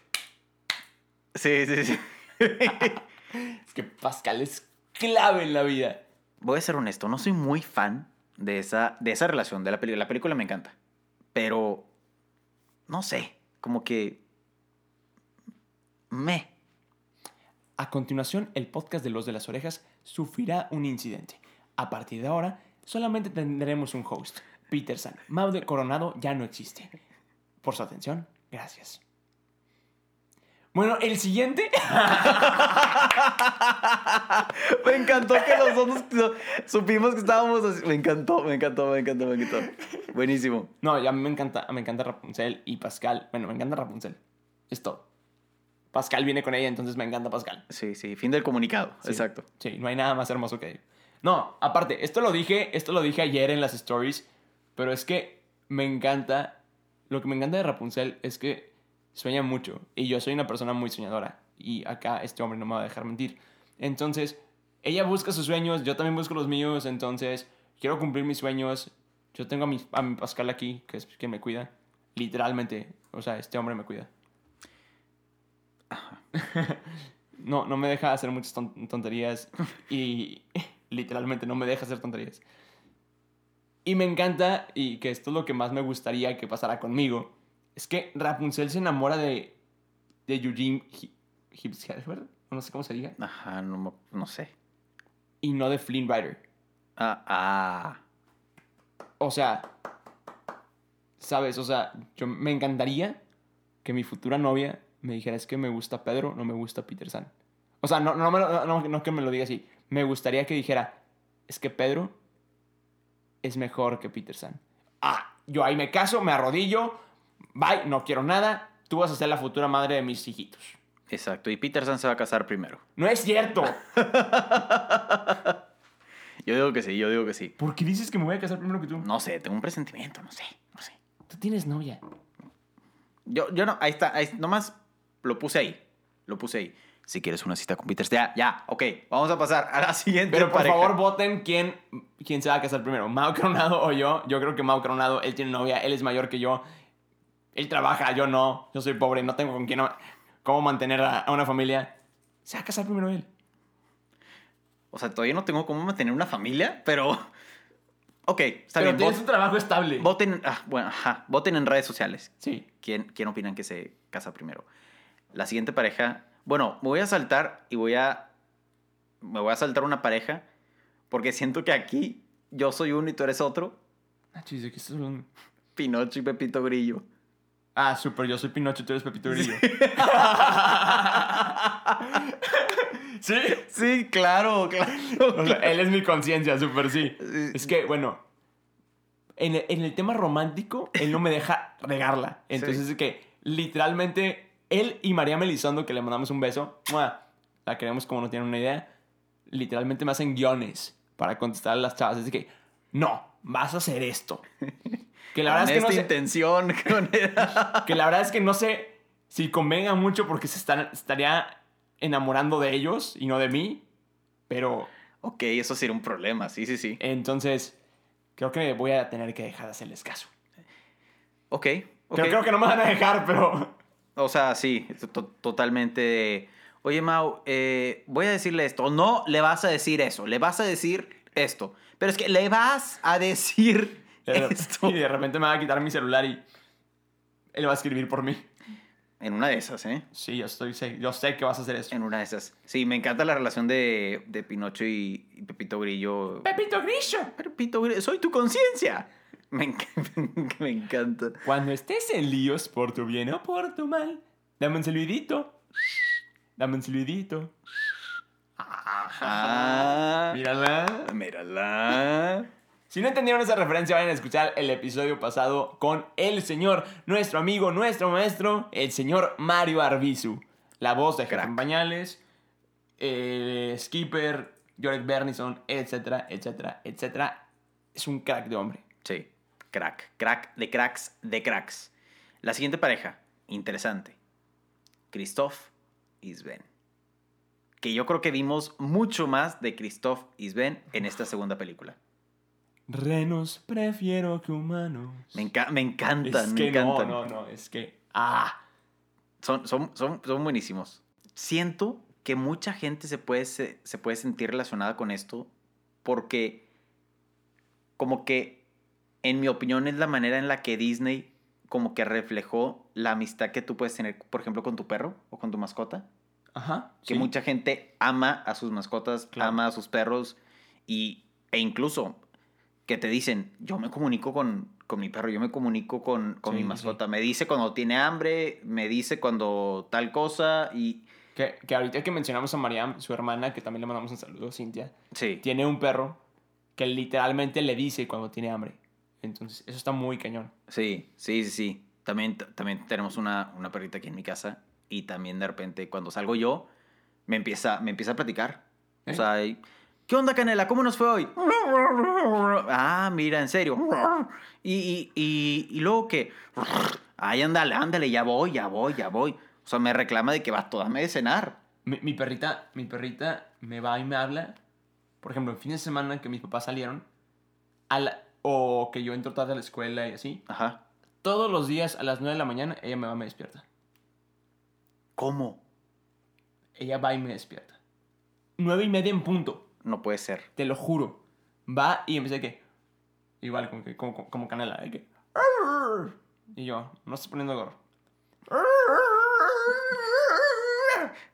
[SPEAKER 1] Sí, sí, sí.
[SPEAKER 3] Es que Pascal es clave en la vida.
[SPEAKER 1] Voy a ser honesto, no soy muy fan de esa, de esa relación, de la película. La película me encanta. Pero, no sé, como que... Me.
[SPEAKER 3] A continuación, el podcast de Los de las Orejas sufrirá un incidente. A partir de ahora, solamente tendremos un host. Peter San. Mau de Coronado ya no existe. Por su atención, gracias. Bueno, el siguiente.
[SPEAKER 1] Me encantó que nosotros no- supimos que estábamos así. Me encantó, me encantó, me encantó, me encantó. Buenísimo.
[SPEAKER 3] No, ya me encanta, me encanta Rapunzel y Pascal. Bueno, me encanta Rapunzel. Es todo. Pascal viene con ella, entonces me encanta Pascal.
[SPEAKER 1] Sí, sí, fin del comunicado.
[SPEAKER 3] Sí.
[SPEAKER 1] Exacto.
[SPEAKER 3] Sí, no hay nada más hermoso que ella. No, aparte, esto lo dije, esto lo dije ayer en las stories, pero es que me encanta. Lo que me encanta de Rapunzel es que sueña mucho y yo soy una persona muy soñadora y acá este hombre no me va a dejar mentir. Entonces, ella busca sus sueños, yo también busco los míos, entonces quiero cumplir mis sueños. Yo tengo a mi, a mi Pascal aquí, que es quien me cuida. Literalmente, o sea, este hombre me cuida. no, no me deja hacer muchas ton- tonterías y literalmente no me deja hacer tonterías. Y me encanta, y que esto es lo que más me gustaría que pasara conmigo, es que Rapunzel se enamora de, de Eugene Hi- Hipsheimer, o no sé cómo se diga.
[SPEAKER 1] Ajá, no, mo- no sé.
[SPEAKER 3] y no de Flynn Rider.
[SPEAKER 1] Ah, ah.
[SPEAKER 3] O sea, ¿sabes? O sea, yo me encantaría que mi futura novia me dijera es que me gusta Pedro, no me gusta Peter San. O sea, no, no, me lo- no, no que me lo diga así. Me gustaría que dijera es que Pedro es mejor que Peter San. Ah, yo ahí me caso, me arrodillo, bye, no quiero nada. Tú vas a ser la futura madre de mis hijitos.
[SPEAKER 1] Exacto. Y Peterson se va a casar primero.
[SPEAKER 3] No es cierto.
[SPEAKER 1] Yo digo que sí, yo digo que sí.
[SPEAKER 3] ¿Por qué dices que me voy a casar primero que tú?
[SPEAKER 1] No sé, tengo un presentimiento, no sé, no sé.
[SPEAKER 3] Tú tienes novia.
[SPEAKER 1] Yo, yo no, ahí está, ahí, nomás lo puse ahí. Lo puse ahí. Si quieres una cita con Peter, ya, ya, ok. Vamos a pasar a la siguiente
[SPEAKER 3] Pero por
[SPEAKER 1] pareja.
[SPEAKER 3] favor voten quién, quién se va a casar primero, Mau Coronado o yo. Yo creo que Mau Coronado, él tiene novia, él es mayor que yo, él trabaja, yo no, yo soy pobre, no tengo con quién, cómo mantener a, a una familia. Se va a casar primero él.
[SPEAKER 1] O sea, todavía no tengo cómo mantener una familia, pero... Ok, está
[SPEAKER 3] Pero
[SPEAKER 1] bien.
[SPEAKER 3] tienes
[SPEAKER 1] vot-
[SPEAKER 3] un trabajo estable.
[SPEAKER 1] Voten, ah, bueno, ajá, voten en redes sociales.
[SPEAKER 3] Sí.
[SPEAKER 1] ¿Quién, ¿Quién opinan que se casa primero? La siguiente pareja... Bueno, me voy a saltar y voy a... Me voy a saltar una pareja porque siento que aquí yo soy uno y tú eres otro.
[SPEAKER 3] Nacho, Ah, ¿de qué estás hablando?
[SPEAKER 1] Pinocho y Pepito Grillo.
[SPEAKER 3] Ah, súper, yo soy Pinocho, tú eres Pepito Grillo. sí.
[SPEAKER 1] Sí, claro,
[SPEAKER 3] O
[SPEAKER 1] claro.
[SPEAKER 3] sea, él es mi conciencia, súper sí.
[SPEAKER 1] Sí.
[SPEAKER 3] Es que, bueno, en el, en el tema romántico, él no me deja regarla. Entonces
[SPEAKER 1] Sí.
[SPEAKER 3] es que, literalmente, él y María Melizondo, que le mandamos un beso, ¡mua! la queremos como no tienen una idea, literalmente me hacen guiones para contestar a las chavas. Es de que, no, vas a hacer esto. Que la
[SPEAKER 1] Con este
[SPEAKER 3] verdad es que
[SPEAKER 1] esta
[SPEAKER 3] no sé
[SPEAKER 1] intención. con-
[SPEAKER 3] que la verdad es que no sé si convenga mucho porque se están- estaría enamorando de ellos y no de mí. Pero
[SPEAKER 1] ok, eso sería un problema, sí, sí, sí.
[SPEAKER 3] entonces creo que voy a tener que dejar de hacerles caso.
[SPEAKER 1] Ok, ok.
[SPEAKER 3] Pero creo que no me van a dejar, pero.
[SPEAKER 1] O sea, sí, to- totalmente. Oye, Mau, eh, voy a decirle esto. No le vas a decir eso, le vas a decir esto. Pero es que le vas a decir esto.
[SPEAKER 3] Y de repente me va a quitar mi celular y. Él va a escribir por mí.
[SPEAKER 1] En una de esas, ¿eh?
[SPEAKER 3] Sí, yo estoy sé- yo sé que vas a hacer eso.
[SPEAKER 1] En una de esas. Sí, me encanta la relación de, de Pinocho y, y Pepito Grillo.
[SPEAKER 3] Pepito Grillo.
[SPEAKER 1] Pepito Grillo, soy tu conciencia. Me, enc- me encanta.
[SPEAKER 3] Cuando estés en líos por tu bien o por tu mal, dame un saludito. Dame un saludito.
[SPEAKER 1] Ah,
[SPEAKER 3] Mírala.
[SPEAKER 1] mírala.
[SPEAKER 3] Si no entendieron esa referencia, vayan a escuchar el episodio pasado con el señor, nuestro amigo, nuestro maestro, el señor Mario Arbizu. La voz de
[SPEAKER 1] Crack.
[SPEAKER 3] Gerson Pañales, el Skipper, Jorek Bernison, etcétera, etcétera, etcétera. Es un crack de hombre.
[SPEAKER 1] Sí, crack, crack de cracks de cracks. La siguiente pareja, interesante. Christoph y Sven. Que yo creo que vimos mucho más de Christoph y Sven en esta segunda película.
[SPEAKER 3] Renos prefiero que humanos.
[SPEAKER 1] Me, enca- me encantan,
[SPEAKER 3] Es
[SPEAKER 1] me
[SPEAKER 3] que no,
[SPEAKER 1] encantan.
[SPEAKER 3] no, no, es que... Ah,
[SPEAKER 1] Son, son, son, son buenísimos. Siento que mucha gente se puede, se, se puede sentir relacionada con esto porque como que, en mi opinión, es la manera en la que Disney como que reflejó la amistad que tú puedes tener, por ejemplo, con tu perro o con tu mascota.
[SPEAKER 3] ajá.
[SPEAKER 1] Que
[SPEAKER 3] sí.
[SPEAKER 1] mucha gente ama a sus mascotas,
[SPEAKER 3] Claro.
[SPEAKER 1] ama a sus perros y, e incluso que te dicen, yo me comunico con, con mi perro, yo me comunico con, con
[SPEAKER 3] Sí,
[SPEAKER 1] mi
[SPEAKER 3] sí,
[SPEAKER 1] mascota. Me dice cuando tiene hambre, me dice cuando tal cosa y...
[SPEAKER 3] Que, que ahorita que mencionamos a Mariam, su hermana, que también le mandamos un saludo, Cintia.
[SPEAKER 1] Sí,
[SPEAKER 3] tiene un perro que literalmente le dice cuando tiene hambre. Entonces, eso está muy cañón.
[SPEAKER 1] sí, sí, sí, sí. También, también tenemos una, una perrita aquí en mi casa y también de repente cuando salgo yo, me empieza, me empieza a platicar. O
[SPEAKER 3] ¿Eh?
[SPEAKER 1] sea, y, ¿qué onda, Canela? ¿Cómo nos fue hoy? Ah, mira, en serio. Y, y, y, y luego que, ay, ándale, ándale, ya voy, ya voy, ya voy. O sea, me reclama de que vas toda de cenar.
[SPEAKER 3] Mi, mi perrita, mi perrita me va y me habla. Por ejemplo, en fin de semana que mis papás salieron, a la- o que yo entro tarde a la escuela y así,
[SPEAKER 1] Ajá.
[SPEAKER 3] todos los días a las 9 de la mañana ella me va y me despierta.
[SPEAKER 1] ¿Cómo?
[SPEAKER 3] Ella va y me despierta. 9 y media en punto,
[SPEAKER 1] No puede ser.
[SPEAKER 3] te lo juro. Va y empieza de que... Igual, como, que, como, como- como canela, de que... Y yo, no estoy poniendo gorro.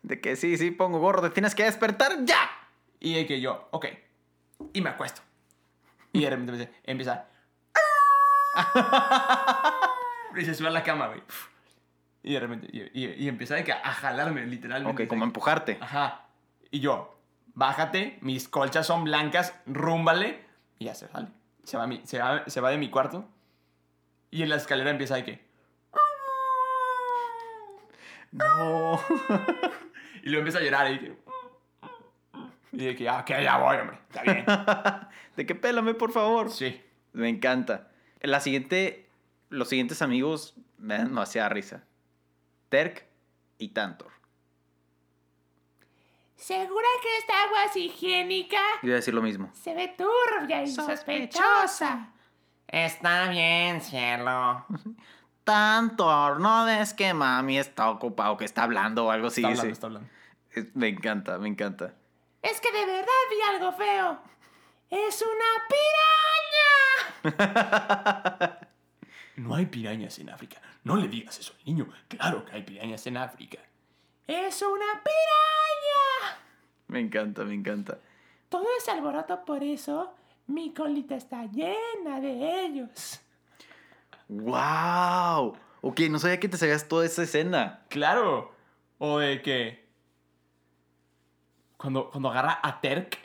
[SPEAKER 1] De que sí, sí, pongo gorro, te tienes que despertar ya.
[SPEAKER 3] Y de que yo, ok. Y me acuesto. Y de repente empecé- empieza. Y se sube a la cama, güey. Y de repente. Y, y, y empieza de que a jalarme, literalmente.
[SPEAKER 1] Ok, como
[SPEAKER 3] Ah.
[SPEAKER 1] empujarte.
[SPEAKER 3] Ajá. Y yo, bájate, mis colchas son blancas, rúmbale. Y ya se sale. Se va, a mi- se, va, se va de mi cuarto. Y en la escalera empieza de que.
[SPEAKER 1] No.
[SPEAKER 3] ¡Ah! Y luego empieza a llorar. Y, que- y de que, ah, ok, ya voy, hombre. Está bien.
[SPEAKER 1] De que pélame, por favor.
[SPEAKER 3] Sí.
[SPEAKER 1] Me encanta. La siguiente, los siguientes amigos me dan demasiada risa. Terk y Tantor.
[SPEAKER 4] ¿Segura que esta agua es higiénica?
[SPEAKER 1] Yo iba a decir lo mismo.
[SPEAKER 4] Se ve turbia y sospechosa.
[SPEAKER 3] Está bien, cielo.
[SPEAKER 1] Tantor, no ves que mami está ocupado, que está hablando o algo así.
[SPEAKER 3] está hablando,
[SPEAKER 1] sí.
[SPEAKER 3] está hablando.
[SPEAKER 1] Es- Me encanta, me encanta.
[SPEAKER 4] Es que de verdad vi algo feo. ¡Es una piraña!
[SPEAKER 3] No hay pirañas en África. No le digas eso al niño. Claro que hay pirañas en África.
[SPEAKER 4] ¡Es una piraña!
[SPEAKER 1] Me encanta, me encanta.
[SPEAKER 4] Todo ese alboroto por eso, mi colita está llena de ellos.
[SPEAKER 1] ¡Wow! Ok, no sabía que te sabías toda esa escena.
[SPEAKER 3] Claro. O de que. Cuando, cuando agarra a Terk,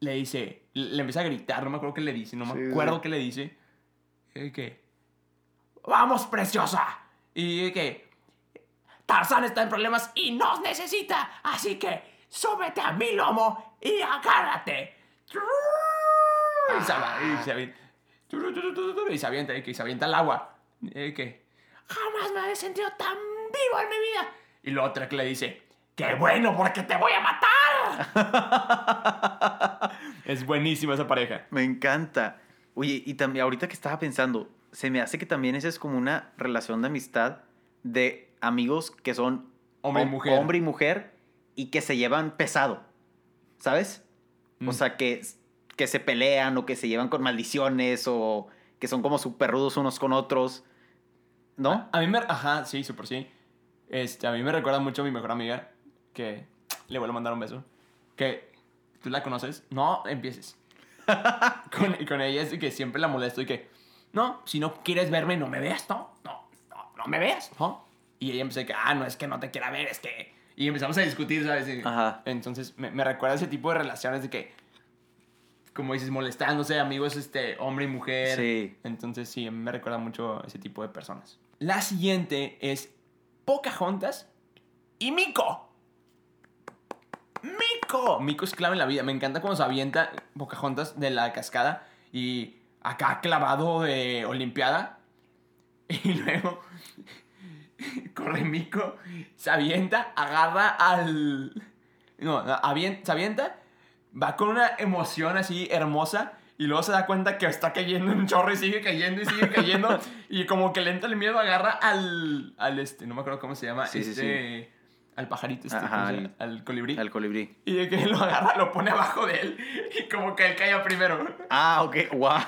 [SPEAKER 3] le dice. Le empieza a gritar, no me acuerdo qué le dice, no me
[SPEAKER 1] Sí, sí.
[SPEAKER 3] acuerdo qué le dice. ¿Qué? ¡Vamos, preciosa! Y de que. Tarzán está en problemas y nos necesita, así que súbete a mi lomo y agárrate. Y se va, y se avienta. Y se avienta, y que se avienta al agua. Y que. Jamás me había sentido tan vivo en mi vida. Y la otra que le dice: ¡Qué bueno, porque te voy a matar! es buenísima esa pareja.
[SPEAKER 1] Me encanta. Oye, y también ahorita que estaba pensando, se me hace que también esa es como una relación de amistad de amigos que son
[SPEAKER 3] Hombre y
[SPEAKER 1] hom-
[SPEAKER 3] mujer.
[SPEAKER 1] hombre y mujer y que se llevan pesado. ¿Sabes? O
[SPEAKER 3] Mm.
[SPEAKER 1] sea, que, que se pelean o que se llevan con maldiciones o que son como súper rudos unos con otros. ¿No?
[SPEAKER 3] A mí me. Ajá, sí, súper sí. Este, a mí me recuerda mucho a mi mejor amiga, que le vuelvo a mandar un beso. Que tú la conoces, no empieces. con, con ella es de que siempre la molesto y que, no, si no quieres verme, no me veas, no, no, no, no me veas, ¿no? Y ella empezó de que, ah, no es que no te quiera ver, es que. Y empezamos a discutir, ¿sabes? Y-
[SPEAKER 1] Ajá.
[SPEAKER 3] Entonces me, me recuerda ese tipo de relaciones de que, como dices, molestándose, amigos, este, hombre y mujer.
[SPEAKER 1] Sí.
[SPEAKER 3] Entonces sí, a mí me recuerda mucho a ese tipo de personas. La siguiente es Pocahontas y Mico. ¡Mico! Mico es clave en la vida. Me encanta cuando se avienta Pocahontas de la cascada y acá clavado de Olimpiada. Y luego corre Mico, se avienta, agarra al... No, avien- se avienta, va con una emoción así hermosa y luego se da cuenta que está cayendo un chorro y sigue cayendo y sigue cayendo y como que le entra el miedo, agarra al... al este, no me acuerdo cómo se llama,
[SPEAKER 1] Sí, sí,
[SPEAKER 3] este... Al pajarito este,
[SPEAKER 1] Ajá,
[SPEAKER 3] ¿cómo se
[SPEAKER 1] al-
[SPEAKER 3] llama? al colibrí.
[SPEAKER 1] Al colibrí.
[SPEAKER 3] Y de que lo agarra, lo pone abajo de él y como que él caiga primero.
[SPEAKER 1] Ah, ok. Wow.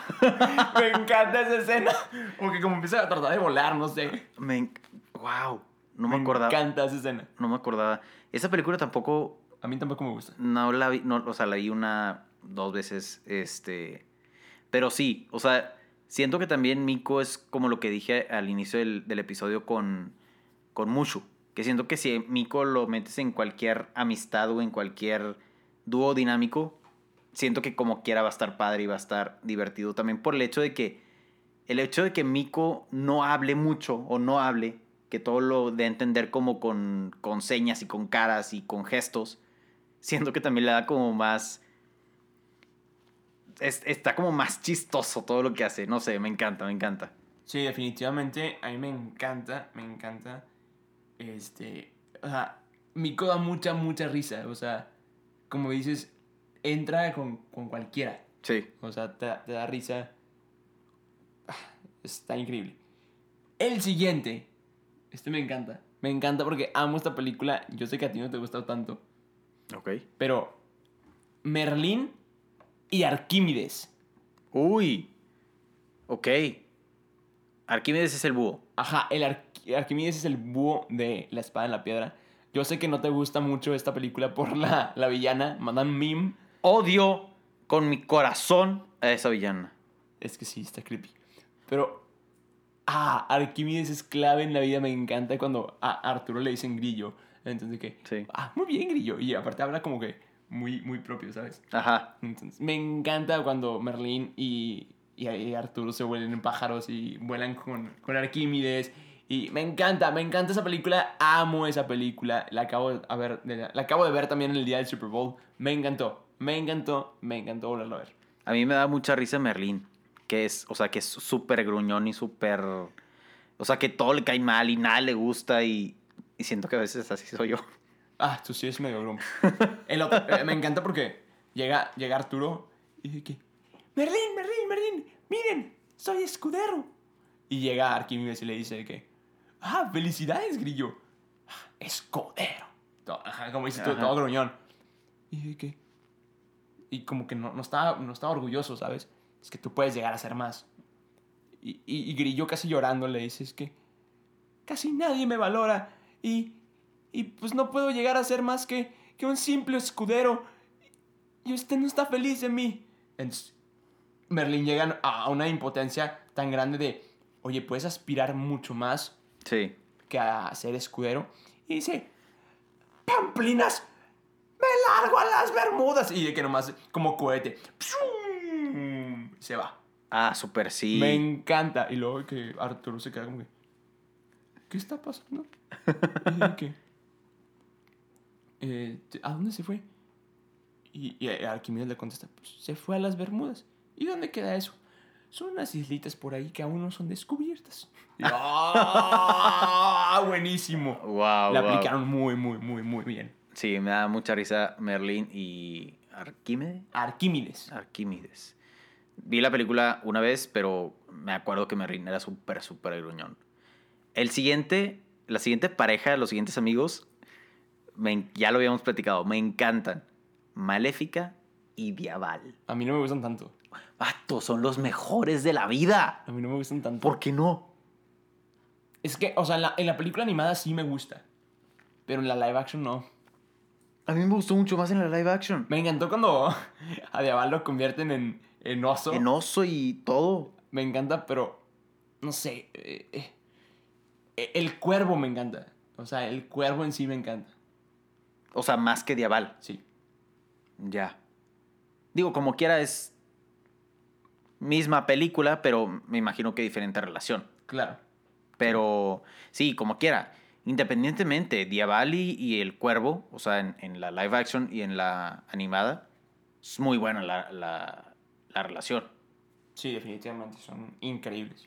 [SPEAKER 3] Me encanta esa escena. O que como empieza a tratar de volar, no sé.
[SPEAKER 1] Me enc- Wow. No me, acordaba.
[SPEAKER 3] Me encanta esa escena.
[SPEAKER 1] No me acordaba. Esa película tampoco
[SPEAKER 3] A mí tampoco me gusta.
[SPEAKER 1] No la vi, no, o sea, la vi una, dos veces, este, pero sí, o sea, siento que también Miko es como lo que dije al inicio del, del episodio con, con Mushu, que siento que si Miko lo metes en cualquier amistad o en cualquier dúo dinámico, siento que como quiera va a estar padre y va a estar divertido también por el hecho de que, el hecho de que Miko no hable mucho o no hable, que todo lo de entender como con, con señas y con caras y con gestos, siento que también le da como más. es- está como más chistoso todo lo que hace. No sé, me encanta, me encanta.
[SPEAKER 3] Sí, definitivamente. A mí me encanta, me encanta. Este. O sea, Miko da mucha, mucha risa. O sea, como dices, entra con, con cualquiera.
[SPEAKER 1] Sí.
[SPEAKER 3] O sea, te, te da risa. Ah, Está increíble. El siguiente. Este me encanta. Me encanta porque amo esta película. Yo sé que a ti no te gusta tanto.
[SPEAKER 1] Ok.
[SPEAKER 3] Pero Merlín y Arquímedes.
[SPEAKER 1] Uy. Ok. Arquímedes es el búho.
[SPEAKER 3] Ajá, el Arqu- Arquímedes es el búho de la espada en la piedra. Yo sé que no te gusta mucho esta película por la, la villana, Madame Mim.
[SPEAKER 1] Odio con mi corazón a esa villana.
[SPEAKER 3] Es que sí, está creepy. Pero, ah, Arquímedes es clave en la vida. Me encanta cuando a Arturo le dicen grillo. Entonces, que,
[SPEAKER 1] Sí.
[SPEAKER 3] ah, muy bien, grillo. Y aparte habla como que muy, muy propio, ¿sabes?
[SPEAKER 1] Ajá.
[SPEAKER 3] Entonces, me encanta cuando Merlín y, y- y Arturo se vuelven pájaros y vuelan con, con Arquímedes. Y me encanta, me encanta esa película. Amo esa película. La acabo, de- a ver, de la, la acabo de ver también en el día del Super Bowl. Me encantó, me encantó, me encantó volverla a ver.
[SPEAKER 1] A mí me da mucha risa Merlín, que es, o sea, que es súper gruñón y súper... O sea, que todo le cae mal y nada le gusta y, y siento que a veces así soy yo.
[SPEAKER 3] Ah, tú sí eres medio grumo. El otro, eh, me encanta porque llega, llega Arturo y dice que, Merlín, Merlín, Merlín, miren, soy escudero. Y llega Arquímedes y le dice que, ah, felicidades, grillo. "Ah, Escudero. To- ajá, como dices tú,
[SPEAKER 1] Ajá.
[SPEAKER 3] todo gruñón. Y dice que, y como que no, no, estaba, no estaba orgulloso, ¿sabes? Es que tú puedes llegar a ser más. Y, y, y Grillo casi llorando le dice, es que casi nadie me valora y, y pues no puedo llegar a ser más que, que un simple escudero y usted no está feliz de mí. Entonces, Merlín llega a a una impotencia tan grande de, oye, puedes aspirar mucho más
[SPEAKER 1] Sí.
[SPEAKER 3] que a ser escudero. Y dice, ¡Pamplinas! ¡Me largo a las Bermudas! Y de que nomás, como cohete, ¡pshum! se va.
[SPEAKER 1] Ah, súper sí.
[SPEAKER 3] Me encanta. Y luego que Arturo se queda como que. ¿Qué está pasando? Y de que, eh, ¿A dónde se fue? Y, y Arquímedes le contesta: Pues se fue a las Bermudas. ¿Y dónde queda eso? Son unas islitas por ahí que aún no son descubiertas. Y, ¡Ah! ¡Buenísimo!
[SPEAKER 1] Wow,
[SPEAKER 3] La aplicaron muy, muy, muy, muy bien.
[SPEAKER 1] Sí, me da mucha risa Merlín y Arquímedes.
[SPEAKER 3] Arquímedes.
[SPEAKER 1] Arquímedes. Vi la película una vez, pero me acuerdo que Merlín era súper, súper gruñón. El siguiente, la siguiente pareja, los siguientes amigos, me en- ya lo habíamos platicado, me encantan. Maléfica y Diabal.
[SPEAKER 3] A mí no me gustan tanto.
[SPEAKER 1] Vato, son los mejores de la vida.
[SPEAKER 3] A mí no me gustan tanto.
[SPEAKER 1] ¿Por qué no?
[SPEAKER 3] Es que, o sea, en la, en la película animada sí me gusta. Pero en la live action no.
[SPEAKER 1] A mí me gustó mucho más en la live action.
[SPEAKER 3] Me encantó cuando a Diabal lo convierten en, en oso.
[SPEAKER 1] En oso y todo.
[SPEAKER 3] Me encanta, pero no sé. eh, eh, eh, el cuervo me encanta. O sea, el cuervo en sí me encanta.
[SPEAKER 1] O sea, más que Diabal.
[SPEAKER 3] Sí.
[SPEAKER 1] Ya. Digo, como quiera es misma película, pero me imagino que diferente relación.
[SPEAKER 3] Claro.
[SPEAKER 1] Pero sí, como quiera. Independientemente, Diabali y El Cuervo, o sea, en, en la live action y en la animada, es muy buena la, la- la relación.
[SPEAKER 3] Sí, definitivamente. Son increíbles.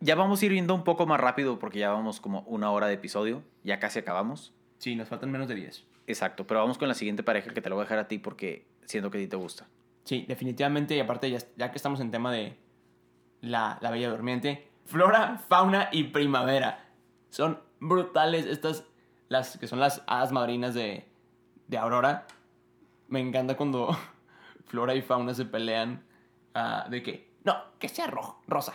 [SPEAKER 1] Ya vamos a ir viendo un poco más rápido porque ya vamos como una hora de episodio, ya casi acabamos.
[SPEAKER 3] Sí, nos faltan menos de 10.
[SPEAKER 1] Exacto, pero vamos con la siguiente pareja que te la voy a dejar a ti porque siento que a ti te gusta.
[SPEAKER 3] Sí, definitivamente. Y aparte, ya, ya que estamos en tema de la, la Bella Durmiente, flora, fauna y primavera. Son brutales estas, las que son las hadas madrinas de, de Aurora. Me encanta cuando flora y fauna se pelean ah, de que, no, que sea rojo, rosa.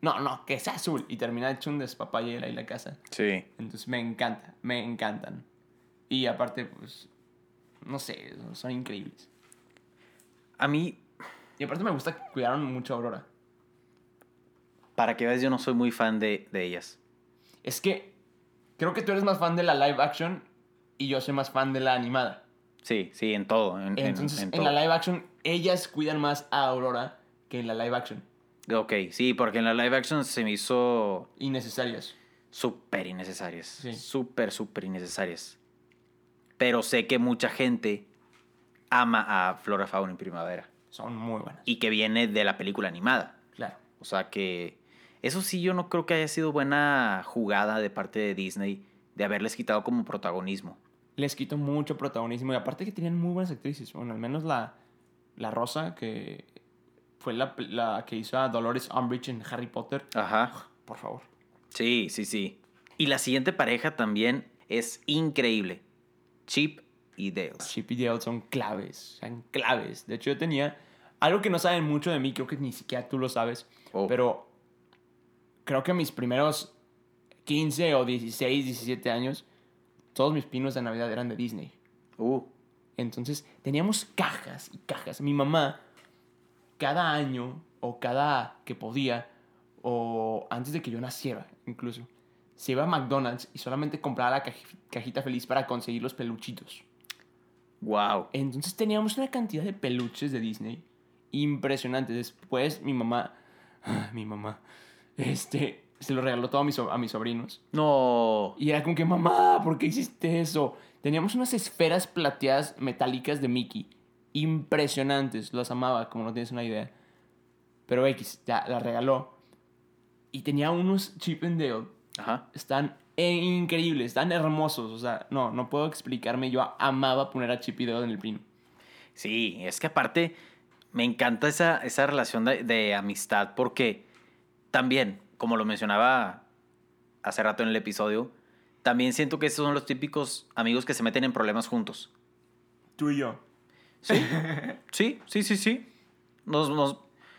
[SPEAKER 3] No, no, que sea azul. Y termina hecho un despapalle ahí la casa.
[SPEAKER 1] Sí.
[SPEAKER 3] Entonces me encanta, me encantan. Y aparte, pues, no sé, son increíbles.
[SPEAKER 1] A mí,
[SPEAKER 3] Y aparte me gusta que cuidaron mucho a Aurora.
[SPEAKER 1] para que veas, yo no soy muy fan de, de ellas.
[SPEAKER 3] Es que creo que tú eres más fan de la live action y yo soy más fan de la animada.
[SPEAKER 1] Sí, sí, en todo. En, en-
[SPEAKER 3] Entonces,
[SPEAKER 1] en
[SPEAKER 3] en,
[SPEAKER 1] todo.
[SPEAKER 3] la live action, ellas cuidan más a Aurora que en la live action.
[SPEAKER 1] Ok, sí, porque en la live action se me hizo
[SPEAKER 3] Innecesarias.
[SPEAKER 1] súper innecesarias.
[SPEAKER 3] Sí.
[SPEAKER 1] Súper, súper innecesarias. Pero sé que mucha gente ama a Flora Fauna en primavera.
[SPEAKER 3] Son muy buenas.
[SPEAKER 1] Y que viene de la película animada.
[SPEAKER 3] Claro.
[SPEAKER 1] O sea que. Eso sí, yo no creo que haya sido buena jugada de parte de Disney de haberles quitado como protagonismo.
[SPEAKER 3] Les quito mucho protagonismo y aparte que tenían muy buenas actrices. Bueno, al menos la, la Rosa, que fue la, la que hizo a Dolores Umbridge en Harry Potter.
[SPEAKER 1] Ajá.
[SPEAKER 3] Por favor.
[SPEAKER 1] Sí, sí, sí. Y la siguiente pareja también es increíble: Chip y Dale.
[SPEAKER 3] Chip y Dale son claves, son claves. De hecho, yo tenía algo que no saben mucho de mí, creo que ni siquiera tú lo sabes,
[SPEAKER 1] Oh.
[SPEAKER 3] pero creo que mis primeros 15 o 16, 17 años todos mis pinos de Navidad eran de Disney.
[SPEAKER 1] Uh,
[SPEAKER 3] Entonces teníamos cajas y cajas. Mi mamá, cada año o cada que podía, o antes de que yo naciera incluso, se iba a McDonald's y solamente compraba la caji- cajita feliz para conseguir los peluchitos.
[SPEAKER 1] wow.
[SPEAKER 3] Entonces teníamos una cantidad de peluches de Disney impresionante. Después mi mamá, ah, mi mamá, este, se lo regaló todo a mis, so- a mis sobrinos.
[SPEAKER 1] No.
[SPEAKER 3] Y era como que, mamá, ¿por qué hiciste eso? Teníamos unas esferas plateadas metálicas de Mickey. Impresionantes. Las amaba, como no tienes una idea. Pero X, ya la regaló. Y tenía unos Chip and Dale.
[SPEAKER 1] Ajá.
[SPEAKER 3] Están e- increíbles, están hermosos. O sea, no, no puedo explicarme. Yo amaba poner a Chip y Dale en el pino.
[SPEAKER 1] Sí, es que aparte me encanta esa, esa relación de, de amistad porque también, como lo mencionaba hace rato en el episodio, también siento que esos son los típicos amigos que se meten en problemas juntos.
[SPEAKER 5] Tú y yo.
[SPEAKER 1] Sí, sí, sí, sí, sí. Nos, nos,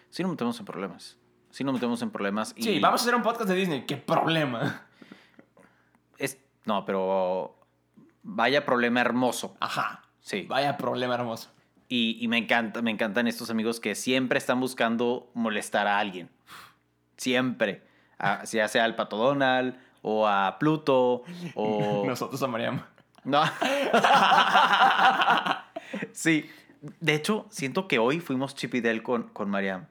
[SPEAKER 1] sí nos metemos en problemas. Sí nos metemos en problemas. Y
[SPEAKER 3] Sí, vamos a hacer un podcast de Disney. ¡Qué problema!
[SPEAKER 1] es- no, pero vaya problema hermoso.
[SPEAKER 3] Ajá.
[SPEAKER 1] Sí.
[SPEAKER 3] Vaya problema hermoso.
[SPEAKER 1] Y, y me encanta, me encantan estos amigos que siempre están buscando molestar a alguien. Siempre. A- ya sea al Pato Donald o a Pluto o...
[SPEAKER 3] Nosotros amaríamos.
[SPEAKER 1] No. sí. De hecho, siento que hoy fuimos Chip y Dale con, con Mariam.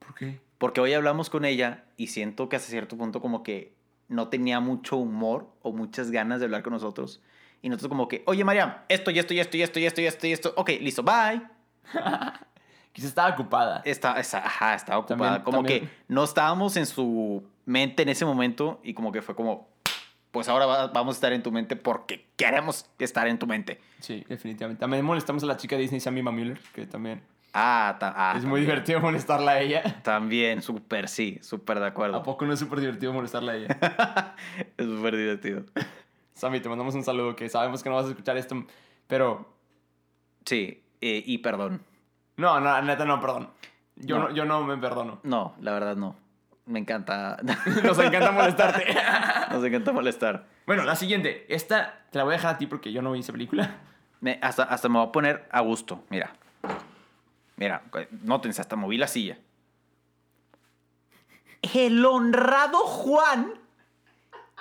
[SPEAKER 3] ¿Por qué?
[SPEAKER 1] Porque hoy hablamos con ella y siento que hasta cierto punto como que no tenía mucho humor o muchas ganas de hablar con nosotros. Y nosotros como que, oye Mariam, esto y esto y esto y esto y esto y esto y esto. Ok, listo, bye.
[SPEAKER 3] Quizás estaba ocupada.
[SPEAKER 1] Está, está- ajá, estaba ocupada.
[SPEAKER 3] También-
[SPEAKER 1] como
[SPEAKER 3] también.
[SPEAKER 1] que no estábamos en su mente en ese momento y como que fue como, pues ahora va- vamos a estar en tu mente porque queremos estar en tu mente.
[SPEAKER 3] Sí, definitivamente. También molestamos a la chica Disney, Sammy Mueller, que también
[SPEAKER 1] Ah, ta- ah,
[SPEAKER 3] es muy divertido molestarla a ella.
[SPEAKER 1] También, súper, sí, súper de
[SPEAKER 3] ¿A
[SPEAKER 1] acuerdo.
[SPEAKER 3] poco no es súper divertido molestarla a ella?
[SPEAKER 1] Es súper divertido.
[SPEAKER 3] Sammy, te mandamos un saludo, que sabemos que no vas a escuchar esto, pero...
[SPEAKER 1] Sí, eh, y perdón.
[SPEAKER 3] No, no, neta, no, perdón. Yo
[SPEAKER 1] No.
[SPEAKER 3] no, yo no me perdono.
[SPEAKER 1] No, la verdad no. Me encanta.
[SPEAKER 3] Nos encanta molestarte.
[SPEAKER 1] Nos encanta molestar.
[SPEAKER 3] bueno, la siguiente. Esta te la voy a dejar a ti porque yo no vi esa película.
[SPEAKER 1] Me- hasta, hasta me voy a poner a gusto, mira. Mira, nótense, hasta moví la silla. El honrado Juan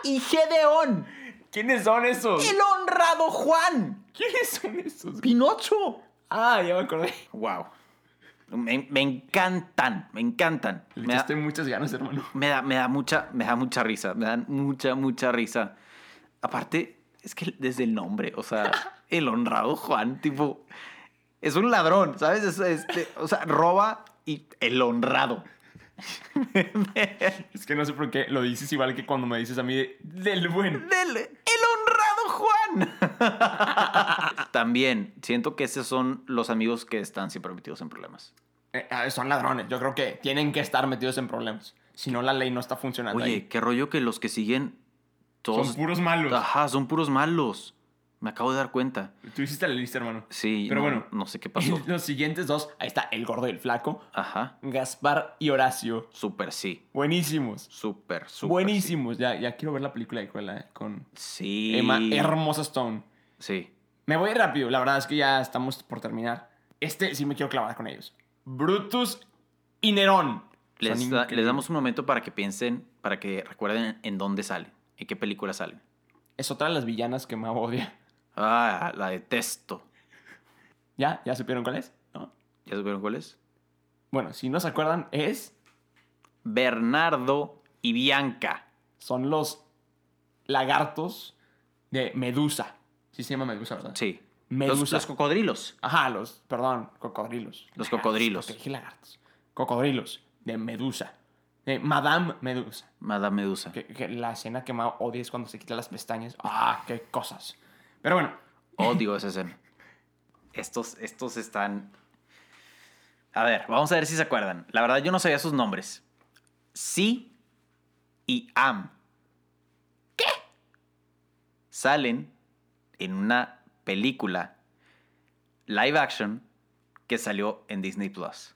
[SPEAKER 1] y Gedeón.
[SPEAKER 3] ¿Quiénes son esos?
[SPEAKER 1] El honrado Juan.
[SPEAKER 3] ¿Quiénes son esos?
[SPEAKER 1] Pinocho.
[SPEAKER 3] Ah, ya me acordé.
[SPEAKER 1] Wow. Me, me encantan, me encantan.
[SPEAKER 3] Le
[SPEAKER 1] Me da-
[SPEAKER 3] echaste muchas ganas, hermano.
[SPEAKER 1] me da, me da mucha, me da mucha risa, me dan mucha, mucha risa. Aparte, es que desde el nombre, o sea, el honrado Juan, tipo, es un ladrón, ¿sabes? Es, este, o sea, roba y el honrado.
[SPEAKER 3] Es que no sé por qué lo dices igual que cuando me dices a mí de- del buen.
[SPEAKER 1] Del, el honrado Juan. También, siento que esos son los amigos que están siempre metidos en problemas.
[SPEAKER 3] Eh, ah, son ladrones. Yo creo que tienen que estar metidos en problemas. Si no, la ley no está funcionando.
[SPEAKER 1] Oye,
[SPEAKER 3] ahí.
[SPEAKER 1] qué rollo que los que siguen todos... Ah.
[SPEAKER 3] son puros malos.
[SPEAKER 1] Ajá, son puros malos. Me acabo de dar cuenta.
[SPEAKER 3] Tú hiciste la lista, hermano.
[SPEAKER 1] Sí,
[SPEAKER 3] Pero
[SPEAKER 1] no-
[SPEAKER 3] bueno.
[SPEAKER 1] no sé qué pasó.
[SPEAKER 3] Los siguientes dos, ahí está el gordo y el flaco,
[SPEAKER 1] Ajá.
[SPEAKER 3] Gaspar y Horacio.
[SPEAKER 1] Súper sí.
[SPEAKER 3] Buenísimos.
[SPEAKER 1] Súper, súper.
[SPEAKER 3] Buenísimos. Ya, ya quiero ver la película de Cuela eh, con
[SPEAKER 1] Sí. Sí.
[SPEAKER 3] Emma Hermosa Stone.
[SPEAKER 1] Sí.
[SPEAKER 3] Me voy rápido, la verdad es que ya estamos por terminar. Este sí me quiero clavar con ellos. Brutus y Nerón. Son
[SPEAKER 1] Les, da- les
[SPEAKER 3] increíbles.
[SPEAKER 1] damos un momento para que piensen, para que recuerden en dónde salen, en qué película salen.
[SPEAKER 3] Es otra de las villanas que más odia.
[SPEAKER 1] Ah, la detesto.
[SPEAKER 3] ¿Ya? ¿Ya supieron cuál es? ¿No?
[SPEAKER 1] ¿Ya supieron cuál es?
[SPEAKER 3] Bueno, si no se acuerdan, es...
[SPEAKER 1] Bernardo y Bianca.
[SPEAKER 3] Son los lagartos de Medusa. Sí se llama Medusa, ¿verdad?
[SPEAKER 1] Sí. Los,
[SPEAKER 3] Medusa.
[SPEAKER 1] los cocodrilos.
[SPEAKER 3] Ajá, los... Perdón, cocodrilos.
[SPEAKER 1] Los
[SPEAKER 3] Lagartos,
[SPEAKER 1] cocodrilos.
[SPEAKER 3] porque dije lagartos. Cocodrilos de Medusa. De Madame Medusa.
[SPEAKER 1] Madame Medusa.
[SPEAKER 3] Que, que la escena que más odio es cuando se quita las pestañas. ¡Ah, qué cosas! Pero bueno,
[SPEAKER 1] Odio esa escena. Estos, estos están. A ver, vamos a ver si se acuerdan. La verdad, yo no sabía sus nombres. Sí y Am. ¿Qué? Salen en una película live action que salió en Disney Plus.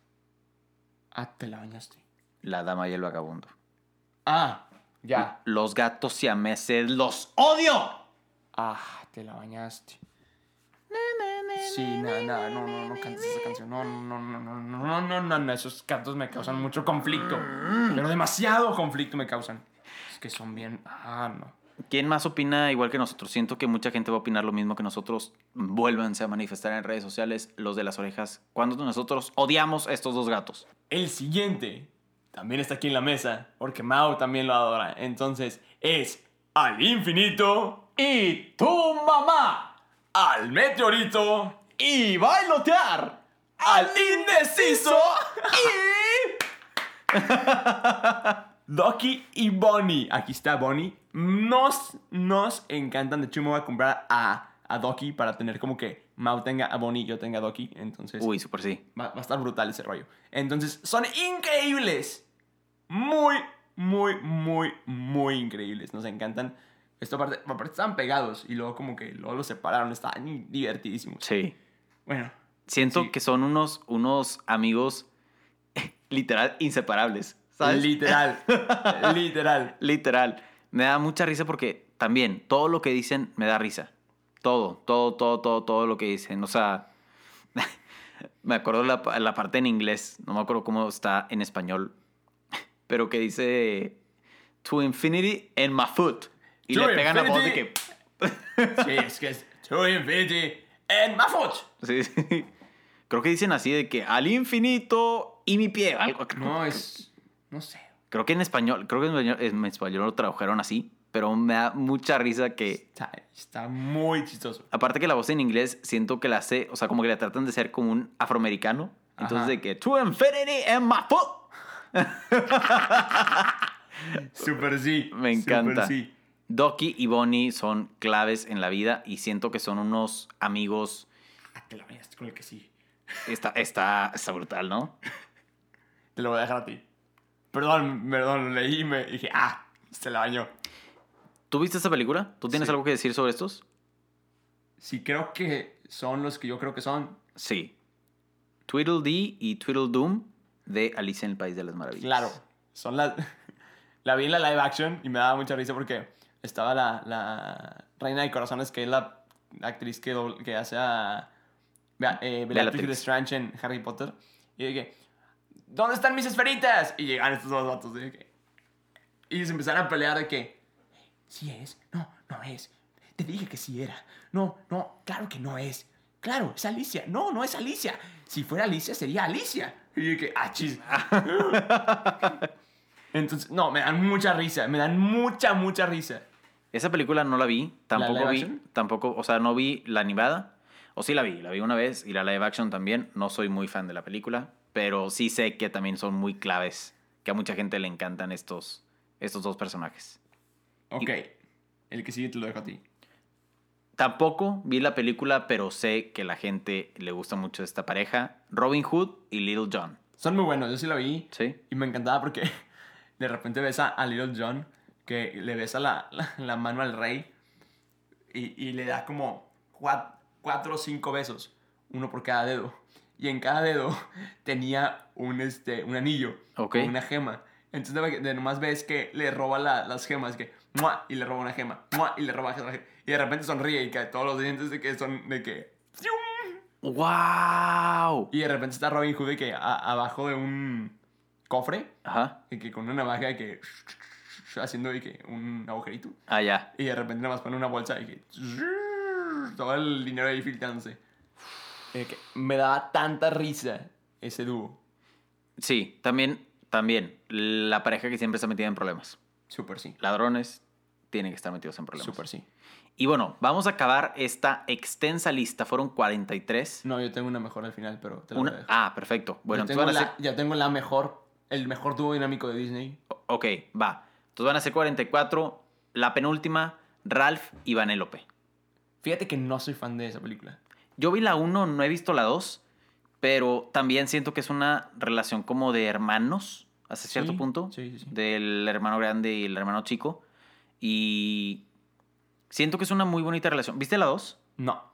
[SPEAKER 3] ah, te la bañaste.
[SPEAKER 1] La dama y el vagabundo.
[SPEAKER 3] Ah, ya.
[SPEAKER 1] Los gatos siameses los odio.
[SPEAKER 3] Ah, te la bañaste. Sí, nada, nada, no, no, no cantes esa canción. No, no, no, no, no, no, no, no, no, esos cantos me causan mucho conflicto. Pero demasiado conflicto me causan. Es que son bien. Ah, no.
[SPEAKER 1] ¿Quién más opina igual que nosotros? Siento que mucha gente va a opinar lo mismo que nosotros. Vuélvanse a manifestar en redes sociales los de las orejas. Cuando nosotros odiamos a estos dos gatos.
[SPEAKER 3] El siguiente también está aquí en la mesa, porque Mao también lo adora. Entonces, es al infinito y tu mamá, al meteorito y bailotear, al indeciso y. Ducky y Bonnie. Aquí está Bonnie. Nos, nos encantan. De hecho, me voy a comprar a, a Ducky para tener como que Mao tenga a Bonnie y yo tenga a Ducky. Entonces,
[SPEAKER 1] Uy, súper sí.
[SPEAKER 3] Va, va a estar brutal ese rollo. Entonces, son increíbles. Muy, muy, muy, muy increíbles. Nos encantan. Esto aparte, aparte estaban pegados y luego como que luego los separaron. Estaban divertidísimos.
[SPEAKER 1] Sí.
[SPEAKER 3] Bueno,
[SPEAKER 1] Siento
[SPEAKER 3] Sí.
[SPEAKER 1] que son unos, unos amigos literal inseparables. ¿Sabes?
[SPEAKER 3] literal. literal.
[SPEAKER 1] Literal. Me da mucha risa porque también todo lo que dicen me da risa. Todo, todo, todo, todo, todo lo que dicen. O sea, me acuerdo la, pa- la parte en inglés, no me acuerdo cómo está en español, pero que dice To infinity and my foot. Y
[SPEAKER 3] To
[SPEAKER 1] le pegan la voz de que...
[SPEAKER 3] infinity. Sí, es que es to infinity and my foot.
[SPEAKER 1] Sí, sí. Creo que dicen así de que al infinito y mi pie. algo-
[SPEAKER 3] No, es... No sé.
[SPEAKER 1] Creo que en español, creo que en español, en español lo tradujeron así, pero me da mucha risa que...
[SPEAKER 3] Está, está muy chistoso.
[SPEAKER 1] Aparte que la voz en inglés siento que la hace, o sea, como que la tratan de ser como un afroamericano. Entonces
[SPEAKER 3] Ajá.
[SPEAKER 1] de que to infinity and my foot.
[SPEAKER 3] Super sí.
[SPEAKER 1] Me
[SPEAKER 3] súper
[SPEAKER 1] encanta.
[SPEAKER 3] sí.
[SPEAKER 1] Doki y Bonnie son claves en la vida y siento que son unos amigos.
[SPEAKER 3] Ah, te la bañaste con el que sí.
[SPEAKER 1] Está, está, está brutal, ¿no?
[SPEAKER 3] Te lo voy a dejar a ti. Perdón, perdón, lo leí y me dije, ah, se la bañó.
[SPEAKER 1] ¿Tú viste esta película? ¿Tú tienes
[SPEAKER 3] Sí.
[SPEAKER 1] algo que decir sobre estos?
[SPEAKER 3] Sí, creo que son los que yo creo que son.
[SPEAKER 1] Sí. Tweedledee y Tweedledoom de Alicia en el País de las Maravillas.
[SPEAKER 3] Claro, son las. La vi en la live action y me daba mucha risa porque estaba la, la Reina de Corazones, que es la actriz que, dobl- que hace a. Vea, eh, Bellatrix
[SPEAKER 1] Bellatrix.
[SPEAKER 3] Lestrange en Harry Potter. Y dije, ¿dónde están mis esferitas? Y llegan estos dos vatos. Y, dije, y se empezaron a pelear de que. Sí es, no, no es. Te dije que sí era. No, no, claro que no es. Claro, es Alicia. No, no es Alicia. Si fuera Alicia, sería Alicia. Y dije, ah, chis. Entonces, no, me dan mucha risa. Me dan mucha, mucha risa.
[SPEAKER 1] Esa película no la vi, tampoco
[SPEAKER 3] live
[SPEAKER 1] vi,
[SPEAKER 3] action?
[SPEAKER 1] tampoco, o sea, no vi la animada, o sí la vi, la vi una vez y la live action también, no soy muy fan de la película, pero sí sé que también son muy claves, que a mucha gente le encantan estos, estos dos personajes.
[SPEAKER 3] Ok. El que sigue te lo dejo a ti.
[SPEAKER 1] Tampoco vi la película, pero sé que la gente le gusta mucho esta pareja, Robin Hood y Little John,
[SPEAKER 3] Son muy buenos. Yo sí lo vi.
[SPEAKER 1] ¿sí?
[SPEAKER 3] Y me encantaba porque de repente besa a Little John, que le besa la, la, la mano al rey y, y le da como cuat- cuatro o cinco besos, uno por cada dedo. Y en cada dedo tenía un, este, un anillo,
[SPEAKER 1] Ok.
[SPEAKER 3] con una gema. Entonces de- de nomás ves que le roba la- las gemas, que ¡mua! y le roba una gema, ¡mua! y le roba otra gema. Y de repente sonríe y cae todos los dientes de que son de que... ¡fium!
[SPEAKER 1] ¡Wow!
[SPEAKER 3] Y de repente está Robin Hood de que a- abajo de un cofre
[SPEAKER 1] Ajá,
[SPEAKER 3] de que con una navaja de que haciendo de que un agujerito
[SPEAKER 1] ah, ya.
[SPEAKER 3] y de repente nada más pone una bolsa y que todo el dinero ahí filtrándose. Eh, que me daba tanta risa ese dúo.
[SPEAKER 1] Sí, también, también, la pareja que siempre está metida en problemas.
[SPEAKER 3] Súper sí.
[SPEAKER 1] ladrones tienen que estar metidos en problemas.
[SPEAKER 3] Súper sí.
[SPEAKER 1] Y bueno, vamos a acabar esta extensa lista. Fueron 43.
[SPEAKER 3] No, yo tengo una mejor al final, pero Mm, te la
[SPEAKER 1] Una-
[SPEAKER 3] voy a dejar.
[SPEAKER 1] Ah, perfecto. Bueno,
[SPEAKER 3] yo,
[SPEAKER 1] entonces van
[SPEAKER 3] tengo
[SPEAKER 1] a
[SPEAKER 3] la,
[SPEAKER 1] ser...
[SPEAKER 3] ya tengo la mejor, el mejor dúo dinámico de Disney.
[SPEAKER 1] Ok, va. Entonces van a ser 44. La penúltima, Ralph y Vanellope.
[SPEAKER 3] Fíjate que no soy fan de esa película.
[SPEAKER 1] Yo vi la 1, no he visto la 2. Pero también siento que es una relación como de hermanos, hasta cierto
[SPEAKER 3] Sí,
[SPEAKER 1] punto.
[SPEAKER 3] sí, sí, sí.
[SPEAKER 1] Del hermano grande y el hermano chico. Y siento que es una muy bonita relación. ¿Viste la 2?
[SPEAKER 3] No.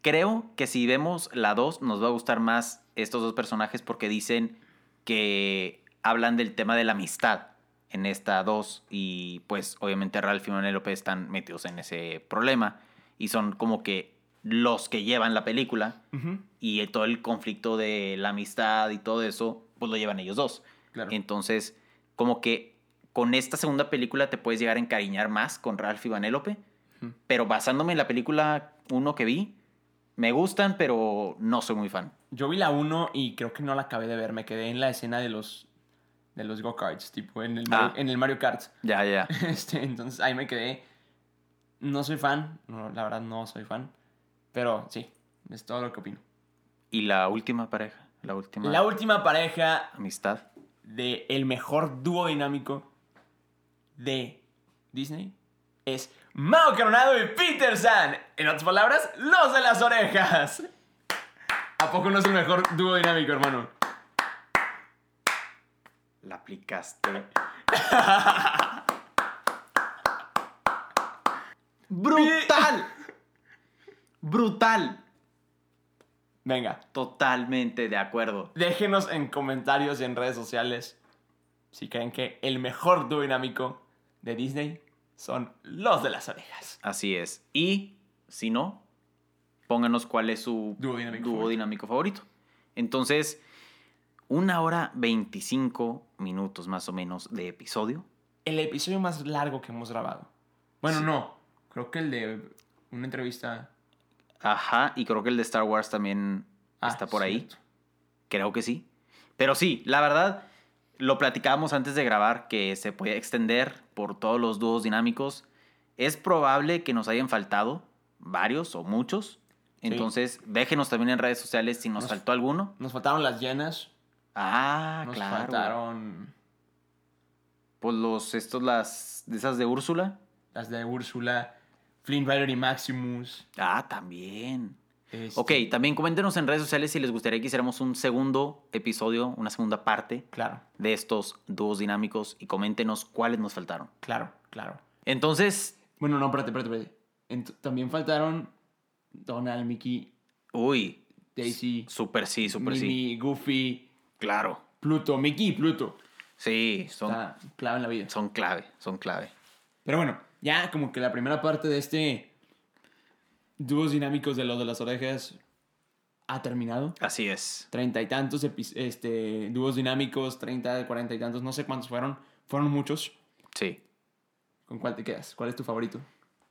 [SPEAKER 1] creo que si vemos la 2 nos va a gustar más estos dos personajes porque dicen que hablan del tema de la amistad en esta 2 y pues obviamente Ralph y Manuel López están metidos en ese problema. y son como que los que llevan la película
[SPEAKER 2] Ujú.
[SPEAKER 1] y eh, todo el conflicto de la amistad y todo eso, pues lo llevan ellos dos.
[SPEAKER 3] Claro.
[SPEAKER 1] Entonces, como que con esta segunda película te puedes llegar a encariñar más con Ralph y Vanellope,
[SPEAKER 2] Ujú.
[SPEAKER 1] pero basándome en la película uno que vi, me gustan, pero no soy muy fan.
[SPEAKER 3] Yo vi la 1 y creo que no la acabé de ver. Me quedé en la escena de los, de los go-karts, tipo en el, Mario,
[SPEAKER 1] Ah.
[SPEAKER 3] en el Mario Kart.
[SPEAKER 1] Ya, ya.
[SPEAKER 3] Este, entonces ahí me quedé. No soy fan, no, la verdad no soy fan. Pero sí, es todo lo que opino.
[SPEAKER 1] Y la última pareja, la última
[SPEAKER 3] La última pareja
[SPEAKER 1] amistad.
[SPEAKER 3] de el mejor dúo dinámico de Disney es Mao Coronado y Peter San. En otras palabras, los de las orejas. ¿A poco no es el mejor dúo dinámico, hermano?
[SPEAKER 1] La aplicaste. ¡Brutal! ¡Brutal!
[SPEAKER 3] Venga,
[SPEAKER 1] Totalmente de acuerdo.
[SPEAKER 3] déjenos en comentarios y en redes sociales si creen que el mejor dúo dinámico de Disney son los de las orejas.
[SPEAKER 1] Así es. Y si no, pónganos cuál es su
[SPEAKER 3] Dúo dinámico
[SPEAKER 1] dúo
[SPEAKER 3] favorito.
[SPEAKER 1] dinámico favorito. Entonces, una hora 25 minutos más o menos de episodio.
[SPEAKER 3] El episodio más largo que hemos grabado. Bueno,
[SPEAKER 1] Sí.
[SPEAKER 3] no. Creo que el de una entrevista
[SPEAKER 1] Ajá, y creo que el de Star Wars también
[SPEAKER 3] Ah,
[SPEAKER 1] está por ahí.
[SPEAKER 3] cierto.
[SPEAKER 1] Creo que sí. Pero sí, la verdad, lo platicábamos antes de grabar que se puede extender por todos los dúos dinámicos. Es probable que nos hayan faltado varios o muchos. Entonces, déjenos también en redes sociales si nos,
[SPEAKER 3] Nos-
[SPEAKER 1] faltó alguno.
[SPEAKER 3] Nos faltaron las llenas.
[SPEAKER 1] Ah,
[SPEAKER 3] nos
[SPEAKER 1] claro.
[SPEAKER 3] faltaron
[SPEAKER 1] Pues los, estos, las, de esas de Úrsula.
[SPEAKER 3] las de Úrsula, Flynn Rider y Maximus.
[SPEAKER 1] Ah, también.
[SPEAKER 3] este,
[SPEAKER 1] Ok, también coméntenos en redes sociales si les gustaría que hiciéramos un segundo episodio, una segunda parte
[SPEAKER 3] Claro,
[SPEAKER 1] de estos dúos dinámicos y coméntenos cuáles nos faltaron.
[SPEAKER 3] claro, claro.
[SPEAKER 1] Entonces,
[SPEAKER 3] Bueno, no, espérate, espérate, espérate. Ent- también faltaron Donald, Mickey,
[SPEAKER 1] uy,
[SPEAKER 3] Daisy,
[SPEAKER 1] Súper sí, súper sí.
[SPEAKER 3] Mimi, Goofy,
[SPEAKER 1] Claro.
[SPEAKER 3] Pluto, Mickey y Pluto.
[SPEAKER 1] Sí, son,
[SPEAKER 3] Está clave en la vida.
[SPEAKER 1] son clave, son clave.
[SPEAKER 3] Pero bueno, ya como que la primera parte de este dúos dinámicos de los de las orejas ha terminado.
[SPEAKER 1] Así es.
[SPEAKER 3] treinta y tantos epi- este, dúos dinámicos, treinta, cuarenta y tantos, no sé cuántos fueron, fueron muchos.
[SPEAKER 1] Sí.
[SPEAKER 3] ¿Con cuál te quedas? ¿Cuál es tu favorito?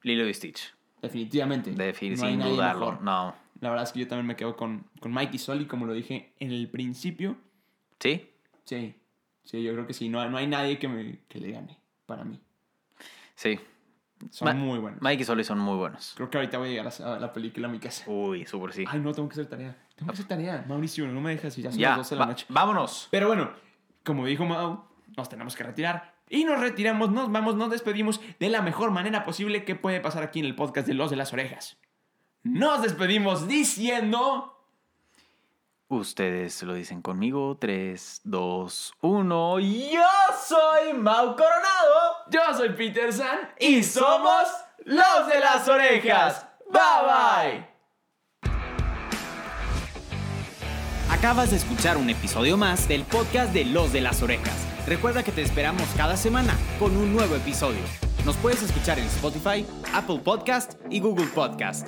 [SPEAKER 1] Lilo y Stitch.
[SPEAKER 3] Definitivamente.
[SPEAKER 1] Defi-
[SPEAKER 3] no hay
[SPEAKER 1] sin
[SPEAKER 3] nadie
[SPEAKER 1] dudarlo.
[SPEAKER 3] mejor.
[SPEAKER 1] No.
[SPEAKER 3] La verdad es que yo también me quedo con, con Mikey Soli, como lo dije en el principio.
[SPEAKER 1] ¿Sí?
[SPEAKER 3] Sí, sí, yo creo que sí. No, hay- no hay nadie que, me, que le gane para mí.
[SPEAKER 1] Sí.
[SPEAKER 3] Son
[SPEAKER 1] Ma-
[SPEAKER 3] muy buenos.
[SPEAKER 1] Mike y Sully son muy buenos.
[SPEAKER 3] Creo que ahorita voy a llegar a, a la película a mi casa.
[SPEAKER 1] Uy, súper sí.
[SPEAKER 3] Ay, no, tengo que hacer tarea. Tengo que hacer tarea. Mauricio, no me dejas y ya son
[SPEAKER 1] ya.
[SPEAKER 3] las 12 de la
[SPEAKER 1] va-
[SPEAKER 3] noche.
[SPEAKER 1] vámonos.
[SPEAKER 3] Pero bueno, como dijo Mau, nos tenemos que retirar. Y nos retiramos, nos vamos, nos despedimos de la mejor manera posible que puede pasar aquí en el podcast de Los de las Orejas. Nos despedimos diciendo...
[SPEAKER 1] Ustedes lo dicen conmigo. 3, 2, 1. Yo soy Mau Coronado.
[SPEAKER 3] Yo soy Peter San
[SPEAKER 1] Y somos
[SPEAKER 3] Los de las
[SPEAKER 1] Orejas. Bye, bye. Acabas de escuchar un episodio más del podcast de Los de las Orejas. Recuerda que te esperamos cada semana con un nuevo episodio. Nos puedes escuchar en Spotify, Apple Podcast y Google Podcast.